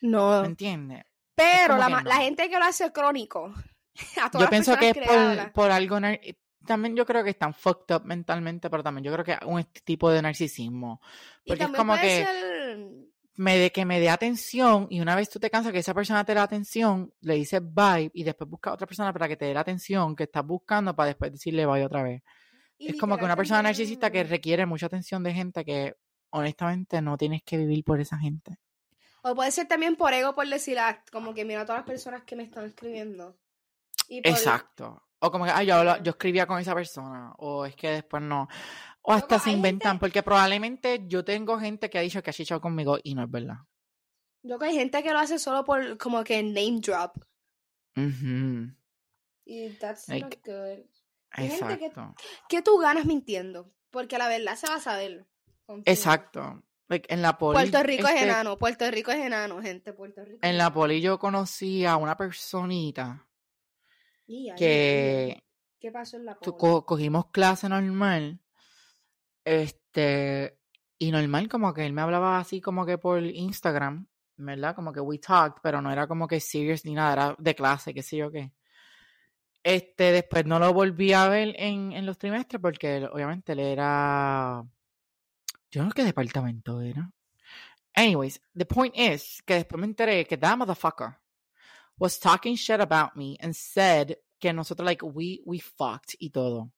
Speaker 2: ¿me
Speaker 1: No.
Speaker 2: entiendes?
Speaker 1: Pero
Speaker 2: como
Speaker 1: la,
Speaker 2: que
Speaker 1: ma-
Speaker 2: no.
Speaker 1: la gente que lo hace crónico. A todas
Speaker 2: Yo
Speaker 1: las
Speaker 2: pienso que
Speaker 1: personas
Speaker 2: es
Speaker 1: le
Speaker 2: por,
Speaker 1: hablan.
Speaker 2: por algo nar- también yo creo que están fucked up mentalmente, pero también yo creo que es un tipo de narcisismo,
Speaker 1: Y
Speaker 2: porque es
Speaker 1: también
Speaker 2: como
Speaker 1: puede
Speaker 2: que
Speaker 1: ser.
Speaker 2: me de que me dé atención y una vez tú te cansas que esa persona te da atención, le dices bye y después busca a otra persona para que te dé la atención que estás buscando para después decirle bye otra vez.
Speaker 1: y
Speaker 2: es como que
Speaker 1: literal
Speaker 2: una persona narcisista que
Speaker 1: también-
Speaker 2: requiere mucha atención de gente que honestamente no tienes que vivir por esa gente.
Speaker 1: O puede ser también por ego, por decir, ah, como que mira a todas las personas que me están escribiendo. Y por-
Speaker 2: Exacto. O como que, ay, yo, habla-
Speaker 1: Ujú.
Speaker 2: yo escribía con esa persona, o es que después no. O hasta
Speaker 1: Loco,
Speaker 2: se
Speaker 1: hay
Speaker 2: inventan,
Speaker 1: gente-
Speaker 2: porque probablemente yo tengo gente que ha dicho que ha chichado conmigo y no es verdad.
Speaker 1: Yo que hay gente que lo hace solo por como que name drop.
Speaker 2: Ujú,
Speaker 1: Y that's
Speaker 2: Like-
Speaker 1: not good. Hay gente que-
Speaker 2: Exacto.
Speaker 1: ¿Qué tú ganas mintiendo? Porque la verdad se va a saber. confía.
Speaker 2: Exacto. Like, en la poli,
Speaker 1: Puerto Rico es
Speaker 2: este,
Speaker 1: enano, Puerto Rico es enano, gente, Puerto Rico.
Speaker 2: En la poli yo conocí a una personita
Speaker 1: Y, ay, Dios mío,
Speaker 2: que
Speaker 1: ¿Qué pasó en la
Speaker 2: tu-
Speaker 1: poli?
Speaker 2: co- cogimos clase normal, este, y normal como que él me hablaba así como que por Instagram, ¿verdad? Como que we talked, pero no era como que serious ni nada, era de clase, qué sé yo qué. Este, después no lo volví a ver en, en los trimestres porque él, obviamente él era, yo no sé qué departamento era. Anyways, the point is que después me enteré que that motherfucker was talking shit about me and said que nosotros like we we fucked y todo.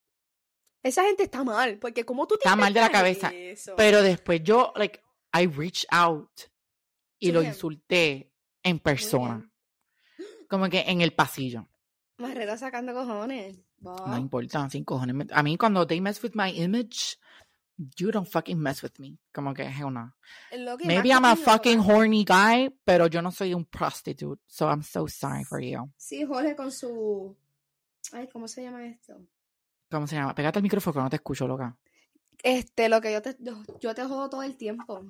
Speaker 1: Esa gente está mal, porque como tú te
Speaker 2: Está mal de la
Speaker 1: inventas
Speaker 2: cabeza,
Speaker 1: eso?
Speaker 2: Pero después yo, like, I reached out y
Speaker 1: To
Speaker 2: lo
Speaker 1: him.
Speaker 2: insulté en persona. Como que en el pasillo.
Speaker 1: Me reto sacando cojones.
Speaker 2: No
Speaker 1: Bah.
Speaker 2: importa, sin cojones. me- A mí cuando they mess with my image, you don't fucking mess with me. Como que es una.
Speaker 1: Loco, y más ah,
Speaker 2: Maybe
Speaker 1: que
Speaker 2: I'm a
Speaker 1: tú lloras.
Speaker 2: fucking horny guy, pero yo no soy un prostitute. So I'm so sorry for you.
Speaker 1: Sí, Jorge con su. Ay, ¿cómo se llama esto?
Speaker 2: ¿Cómo se llama? Pégate el micrófono que no te escucho, loca.
Speaker 1: Este, lo que yo te, yo, yo te jodo todo el tiempo.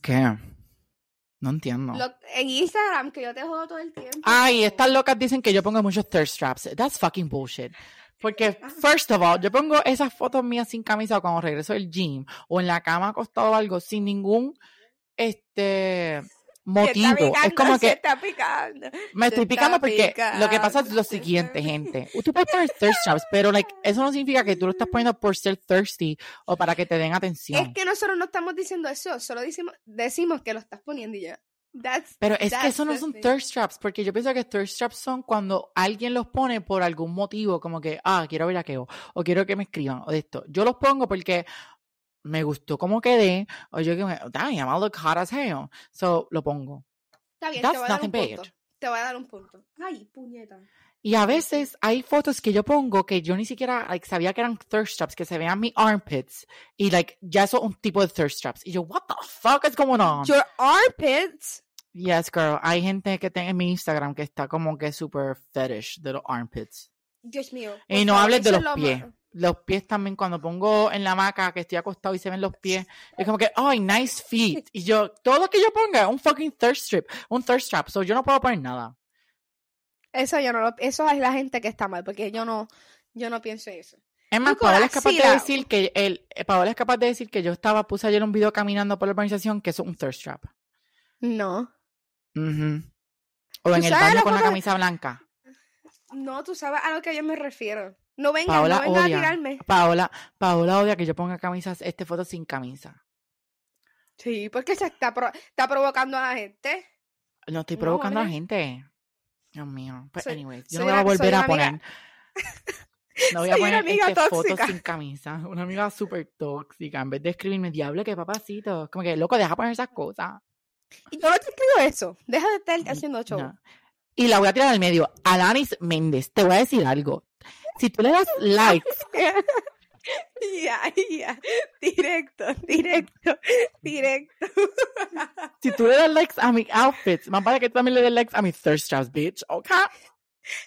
Speaker 2: ¿Qué? No entiendo.
Speaker 1: Lo- en Instagram, que yo te jodo todo el tiempo.
Speaker 2: Ay, estas locas dicen que yo pongo muchos thirst traps. That's fucking bullshit. Porque,
Speaker 1: Ah.
Speaker 2: first of all, yo pongo esas fotos mías sin camisa cuando regreso del gym o en la cama acostado o algo sin ningún este
Speaker 1: Se está
Speaker 2: motivo. es
Speaker 1: picando,
Speaker 2: como
Speaker 1: se
Speaker 2: que
Speaker 1: está picando. se
Speaker 2: me estoy
Speaker 1: está
Speaker 2: picando porque lo que pasa es lo
Speaker 1: picando.
Speaker 2: siguiente, gente. Tú puedes poner thirst traps, pero like, eso no significa que tú lo estás poniendo por ser thirsty o para que te den atención.
Speaker 1: Es que nosotros no estamos diciendo eso, solo decimos, decimos que lo estás poniendo y ya. That's-
Speaker 2: Pero es que
Speaker 1: that's
Speaker 2: eso no
Speaker 1: the
Speaker 2: son
Speaker 1: thing.
Speaker 2: thirst traps, porque yo pienso que thirst traps son cuando alguien los pone por algún motivo, como que, ah, quiero ver a qué, o o quiero que me escriban, o de esto. Yo los pongo porque me gustó cómo quedé, o yo que me, damn, I look hot as hell. So, lo pongo.
Speaker 1: Está bien,
Speaker 2: That's
Speaker 1: te voy a dar un
Speaker 2: nothing
Speaker 1: punto.
Speaker 2: bad.
Speaker 1: Te voy a dar un punto. Ay, puñeta.
Speaker 2: Y a
Speaker 1: sí.
Speaker 2: veces hay fotos que yo pongo que yo ni siquiera like, sabía que eran thirst traps, que se vean mis armpits, y like, ya eso es un tipo de thirst traps. Y yo, what the fuck is going on?
Speaker 1: Your armpits.
Speaker 2: Yes, girl. Hay gente que tiene en mi Instagram que está como que super fetish de los armpits.
Speaker 1: Dios mío. por
Speaker 2: Y no
Speaker 1: favor,
Speaker 2: hables de
Speaker 1: eso es
Speaker 2: los
Speaker 1: lo
Speaker 2: pies.
Speaker 1: ma-
Speaker 2: Los pies también, cuando pongo en la hamaca que estoy acostado y se ven los pies, es como que, ay, nice feet. Y yo, todo lo que yo ponga es un fucking thirst strip, un thirst trap. So yo no puedo poner nada.
Speaker 1: Eso yo no lo, eso es la gente que está mal, porque yo no, yo no pienso eso.
Speaker 2: Es más,
Speaker 1: Loco,
Speaker 2: Paola es capaz de
Speaker 1: axila.
Speaker 2: decir que el, eh, Paola es capaz de decir que yo estaba, puse ayer un video caminando por la urbanización que eso es un thirst trap.
Speaker 1: No.
Speaker 2: Ujú. O
Speaker 1: ¿Tú
Speaker 2: en el
Speaker 1: sabes
Speaker 2: baño
Speaker 1: lo
Speaker 2: con una
Speaker 1: poca-
Speaker 2: camisa blanca.
Speaker 1: No, tú sabes a lo que yo me refiero. No vengas,
Speaker 2: Paola
Speaker 1: no vengas a
Speaker 2: odia.
Speaker 1: tirarme.
Speaker 2: Paola, Paola odia que yo ponga camisas, este foto sin camisa.
Speaker 1: Sí, porque se está, pro- está provocando a la gente.
Speaker 2: No estoy
Speaker 1: No,
Speaker 2: provocando a la
Speaker 1: mira.
Speaker 2: gente. Dios mío. Pues,
Speaker 1: Soy-
Speaker 2: anyways,
Speaker 1: soy
Speaker 2: yo no me voy
Speaker 1: una-
Speaker 2: a
Speaker 1: soy
Speaker 2: volver a
Speaker 1: una amiga-
Speaker 2: poner. No voy a
Speaker 1: soy una
Speaker 2: poner
Speaker 1: amiga
Speaker 2: este foto
Speaker 1: tóxica.
Speaker 2: sin camisa. Una amiga súper tóxica. En vez de escribirme, diablo, que papacito. Como que, loco, deja poner esas cosas.
Speaker 1: Y yo no te escribo eso. Deja de estar
Speaker 2: Mm,
Speaker 1: haciendo show.
Speaker 2: No. Y la voy a tirar al medio. Alanis Méndez, te voy a decir algo. Si tú le das like
Speaker 1: Ya, ya. ah, Directo, directo, directo.
Speaker 2: Si tú le das likes a mis outfits, más vale que tú también le des likes a mis thirst traps, bitch. Ok.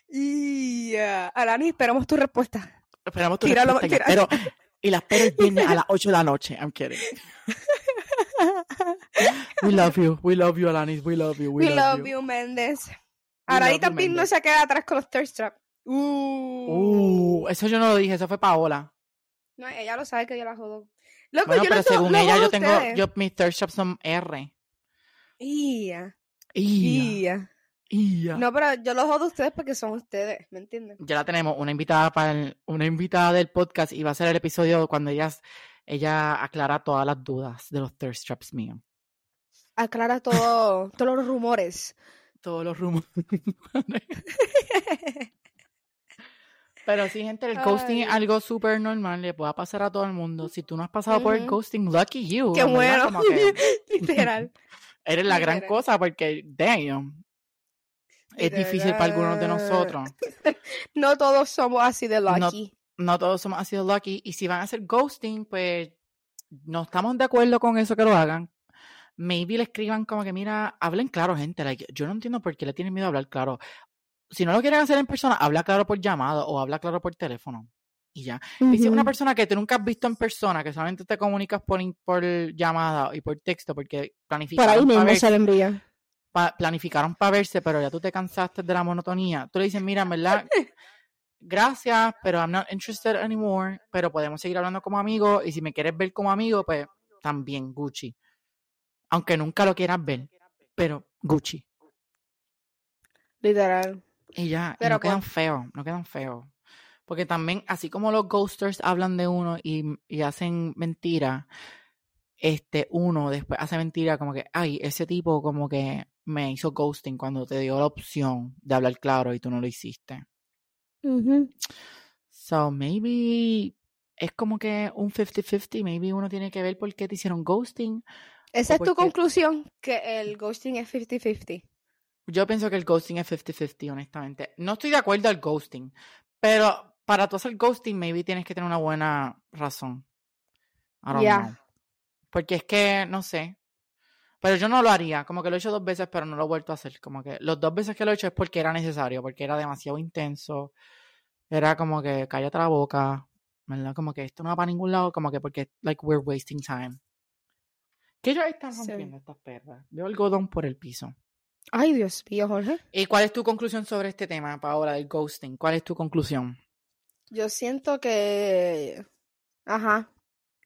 Speaker 1: Ya. ah, Alani, esperamos tu respuesta.
Speaker 2: Esperamos tu
Speaker 1: Tíralo,
Speaker 2: respuesta. y
Speaker 1: tíralo.
Speaker 2: espero- y la espero el viernes a las 8 de la noche. I'm kidding. We love you. We love you, Alanis. We love you.
Speaker 1: We, love, you, Méndez. Ahora
Speaker 2: love
Speaker 1: ahí
Speaker 2: you,
Speaker 1: también no
Speaker 2: Méndez.
Speaker 1: se queda atrás con los thirst trap. Uh.
Speaker 2: Uh, eso yo no lo dije, eso fue Paola.
Speaker 1: No, ella lo sabe que yo la jodo. Loco,
Speaker 2: Bueno,
Speaker 1: yo
Speaker 2: pero
Speaker 1: no so-
Speaker 2: según
Speaker 1: no
Speaker 2: ella,
Speaker 1: jodo
Speaker 2: yo
Speaker 1: a
Speaker 2: tengo,
Speaker 1: ustedes.
Speaker 2: yo, mis thirst traps son R.
Speaker 1: Ya,
Speaker 2: Y
Speaker 1: ya.
Speaker 2: ya.
Speaker 1: No, pero yo lo jodo a ustedes porque son ustedes, ¿me entienden?
Speaker 2: ya la tenemos, una invitada para el- una invitada del podcast y va a ser el episodio cuando ella, ella aclara todas las dudas de los thirst traps míos.
Speaker 1: Aclara todo, todos los rumores.
Speaker 2: Todos los rumores. Pero sí, gente, el ghosting es
Speaker 1: Ay.
Speaker 2: algo súper normal, le puede pasar a todo el mundo. Si tú no has pasado por el
Speaker 1: Ujú.
Speaker 2: ghosting, lucky you.
Speaker 1: Qué
Speaker 2: en verdad,
Speaker 1: bueno.
Speaker 2: como que
Speaker 1: Literal.
Speaker 2: eres la gran
Speaker 1: Literal.
Speaker 2: cosa porque, damn. Es difícil para algunos de
Speaker 1: Literal.
Speaker 2: nosotros.
Speaker 1: No todos somos así de
Speaker 2: No-
Speaker 1: lucky.
Speaker 2: no todos somos así de lucky. Y si van a hacer ghosting, pues no estamos de acuerdo con eso que lo hagan. Maybe le escriban como que, mira, hablen claro, gente. like, yo no entiendo por qué le tienen miedo a hablar claro. Si no lo quieren hacer en persona, habla claro por llamado o habla claro por teléfono. Y ya. Y si es una
Speaker 1: Ujú.
Speaker 2: persona que tú nunca has visto en persona, que solamente te comunicas por, in- por llamada y por texto, porque
Speaker 1: Por ahí
Speaker 2: planificaron para
Speaker 1: mismo se
Speaker 2: verse,
Speaker 1: le envía.
Speaker 2: pa- planificaron para verse, pero ya tú te cansaste de la monotonía. Tú le dices, mira, en verdad, gracias, pero I'm not interested anymore, pero podemos seguir hablando como amigos y si me quieres ver como amigo, pues también Gucci. Aunque nunca lo quieras ver, pero Gucci.
Speaker 1: Literal.
Speaker 2: Y ya, y
Speaker 1: Pero
Speaker 2: no quedan
Speaker 1: pues-
Speaker 2: feos, no quedan feos. Porque también, así como los ghosters hablan de uno y, y hacen mentira, este, uno después hace mentira como que, ay, ese tipo como que me hizo ghosting cuando te dio la opción de hablar claro y tú no lo hiciste.
Speaker 1: Ujú.
Speaker 2: So, maybe es como que un 50-50, maybe uno tiene que ver por qué te hicieron ghosting.
Speaker 1: Esa
Speaker 2: O
Speaker 1: es tu
Speaker 2: porque-
Speaker 1: conclusión, que el ghosting es 50-50.
Speaker 2: Yo pienso que el ghosting es 50-50, honestamente. No estoy de acuerdo al ghosting, pero para tú hacer ghosting, maybe tienes que tener una buena razón. I don't
Speaker 1: Yeah.
Speaker 2: know. Porque es que, no sé. Pero yo no lo haría, como que lo he hecho dos veces, pero no lo he vuelto a hacer. Como que los dos veces que lo he hecho es porque era necesario, porque era demasiado intenso. Era como que cállate la boca, ¿verdad? Como que esto no va para ningún lado, como que porque, like, we're wasting time. ¿Qué ellos están
Speaker 1: Sí.
Speaker 2: rompiendo estas perras? Veo algodón por el piso.
Speaker 1: Ay, Dios mío, Jorge.
Speaker 2: ¿Y cuál es tu conclusión sobre este tema, Paola, del ghosting? ¿Cuál es tu conclusión?
Speaker 1: Yo siento que... Ajá.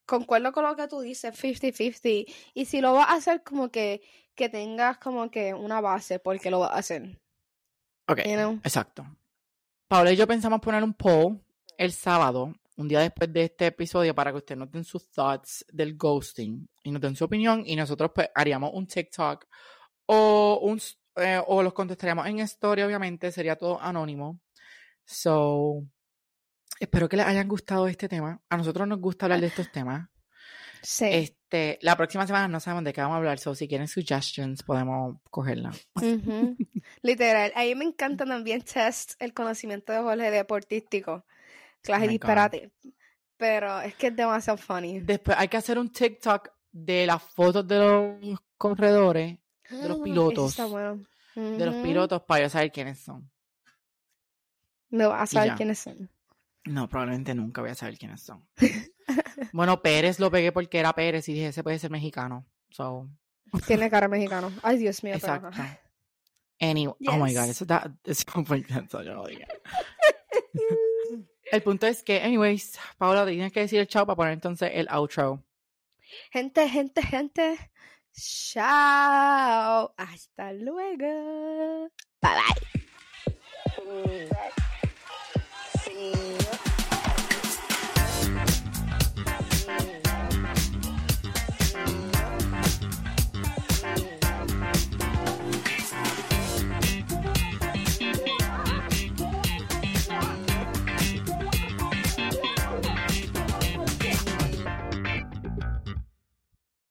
Speaker 1: Concuerdo con lo que tú dices, 50-50. Y si lo vas a hacer, como que, que tengas como que una base porque lo vas a hacer.
Speaker 2: Ok,
Speaker 1: You know?
Speaker 2: exacto. Paola y yo pensamos poner un poll el sábado, un día después de este episodio, para que ustedes nos den sus thoughts del ghosting y nos den su opinión y nosotros pues, haríamos un TikTok o, un, s- eh, o los contestaríamos en story, obviamente, sería todo anónimo. So, espero que les hayan gustado este tema. A nosotros nos gusta hablar de estos temas.
Speaker 1: Sí.
Speaker 2: Este, la próxima semana no sabemos de qué vamos a hablar, so si quieren suggestions podemos cogerla.
Speaker 1: Ujú. Literal. A mí me encanta también test el conocimiento de Jorge deportístico. Clase
Speaker 2: Oh my God.
Speaker 1: disparate. Pero es que es demasiado funny.
Speaker 2: Después hay que hacer un TikTok de las fotos de los corredores,
Speaker 1: De
Speaker 2: los pilotos.
Speaker 1: Ah, Está bueno.
Speaker 2: de los
Speaker 1: Ujú.
Speaker 2: pilotos para yo saber quiénes son.
Speaker 1: No vas a saber
Speaker 2: ya.
Speaker 1: quiénes son.
Speaker 2: No, probablemente nunca voy a saber quiénes son. bueno, Pérez lo pegué porque era Pérez y dije, ese puede ser mexicano. So,
Speaker 1: Tiene cara mexicano. Ay, Dios mío, pero ajá.
Speaker 2: exacto. Anyway, oh my god,
Speaker 1: Yes.
Speaker 2: eso está es muy intenso, yo lo dije. El punto es que, anyways, Paola, te tienes que decir el chao para poner entonces el outro.
Speaker 1: Gente, gente, gente. Chao. Hasta luego. Bye.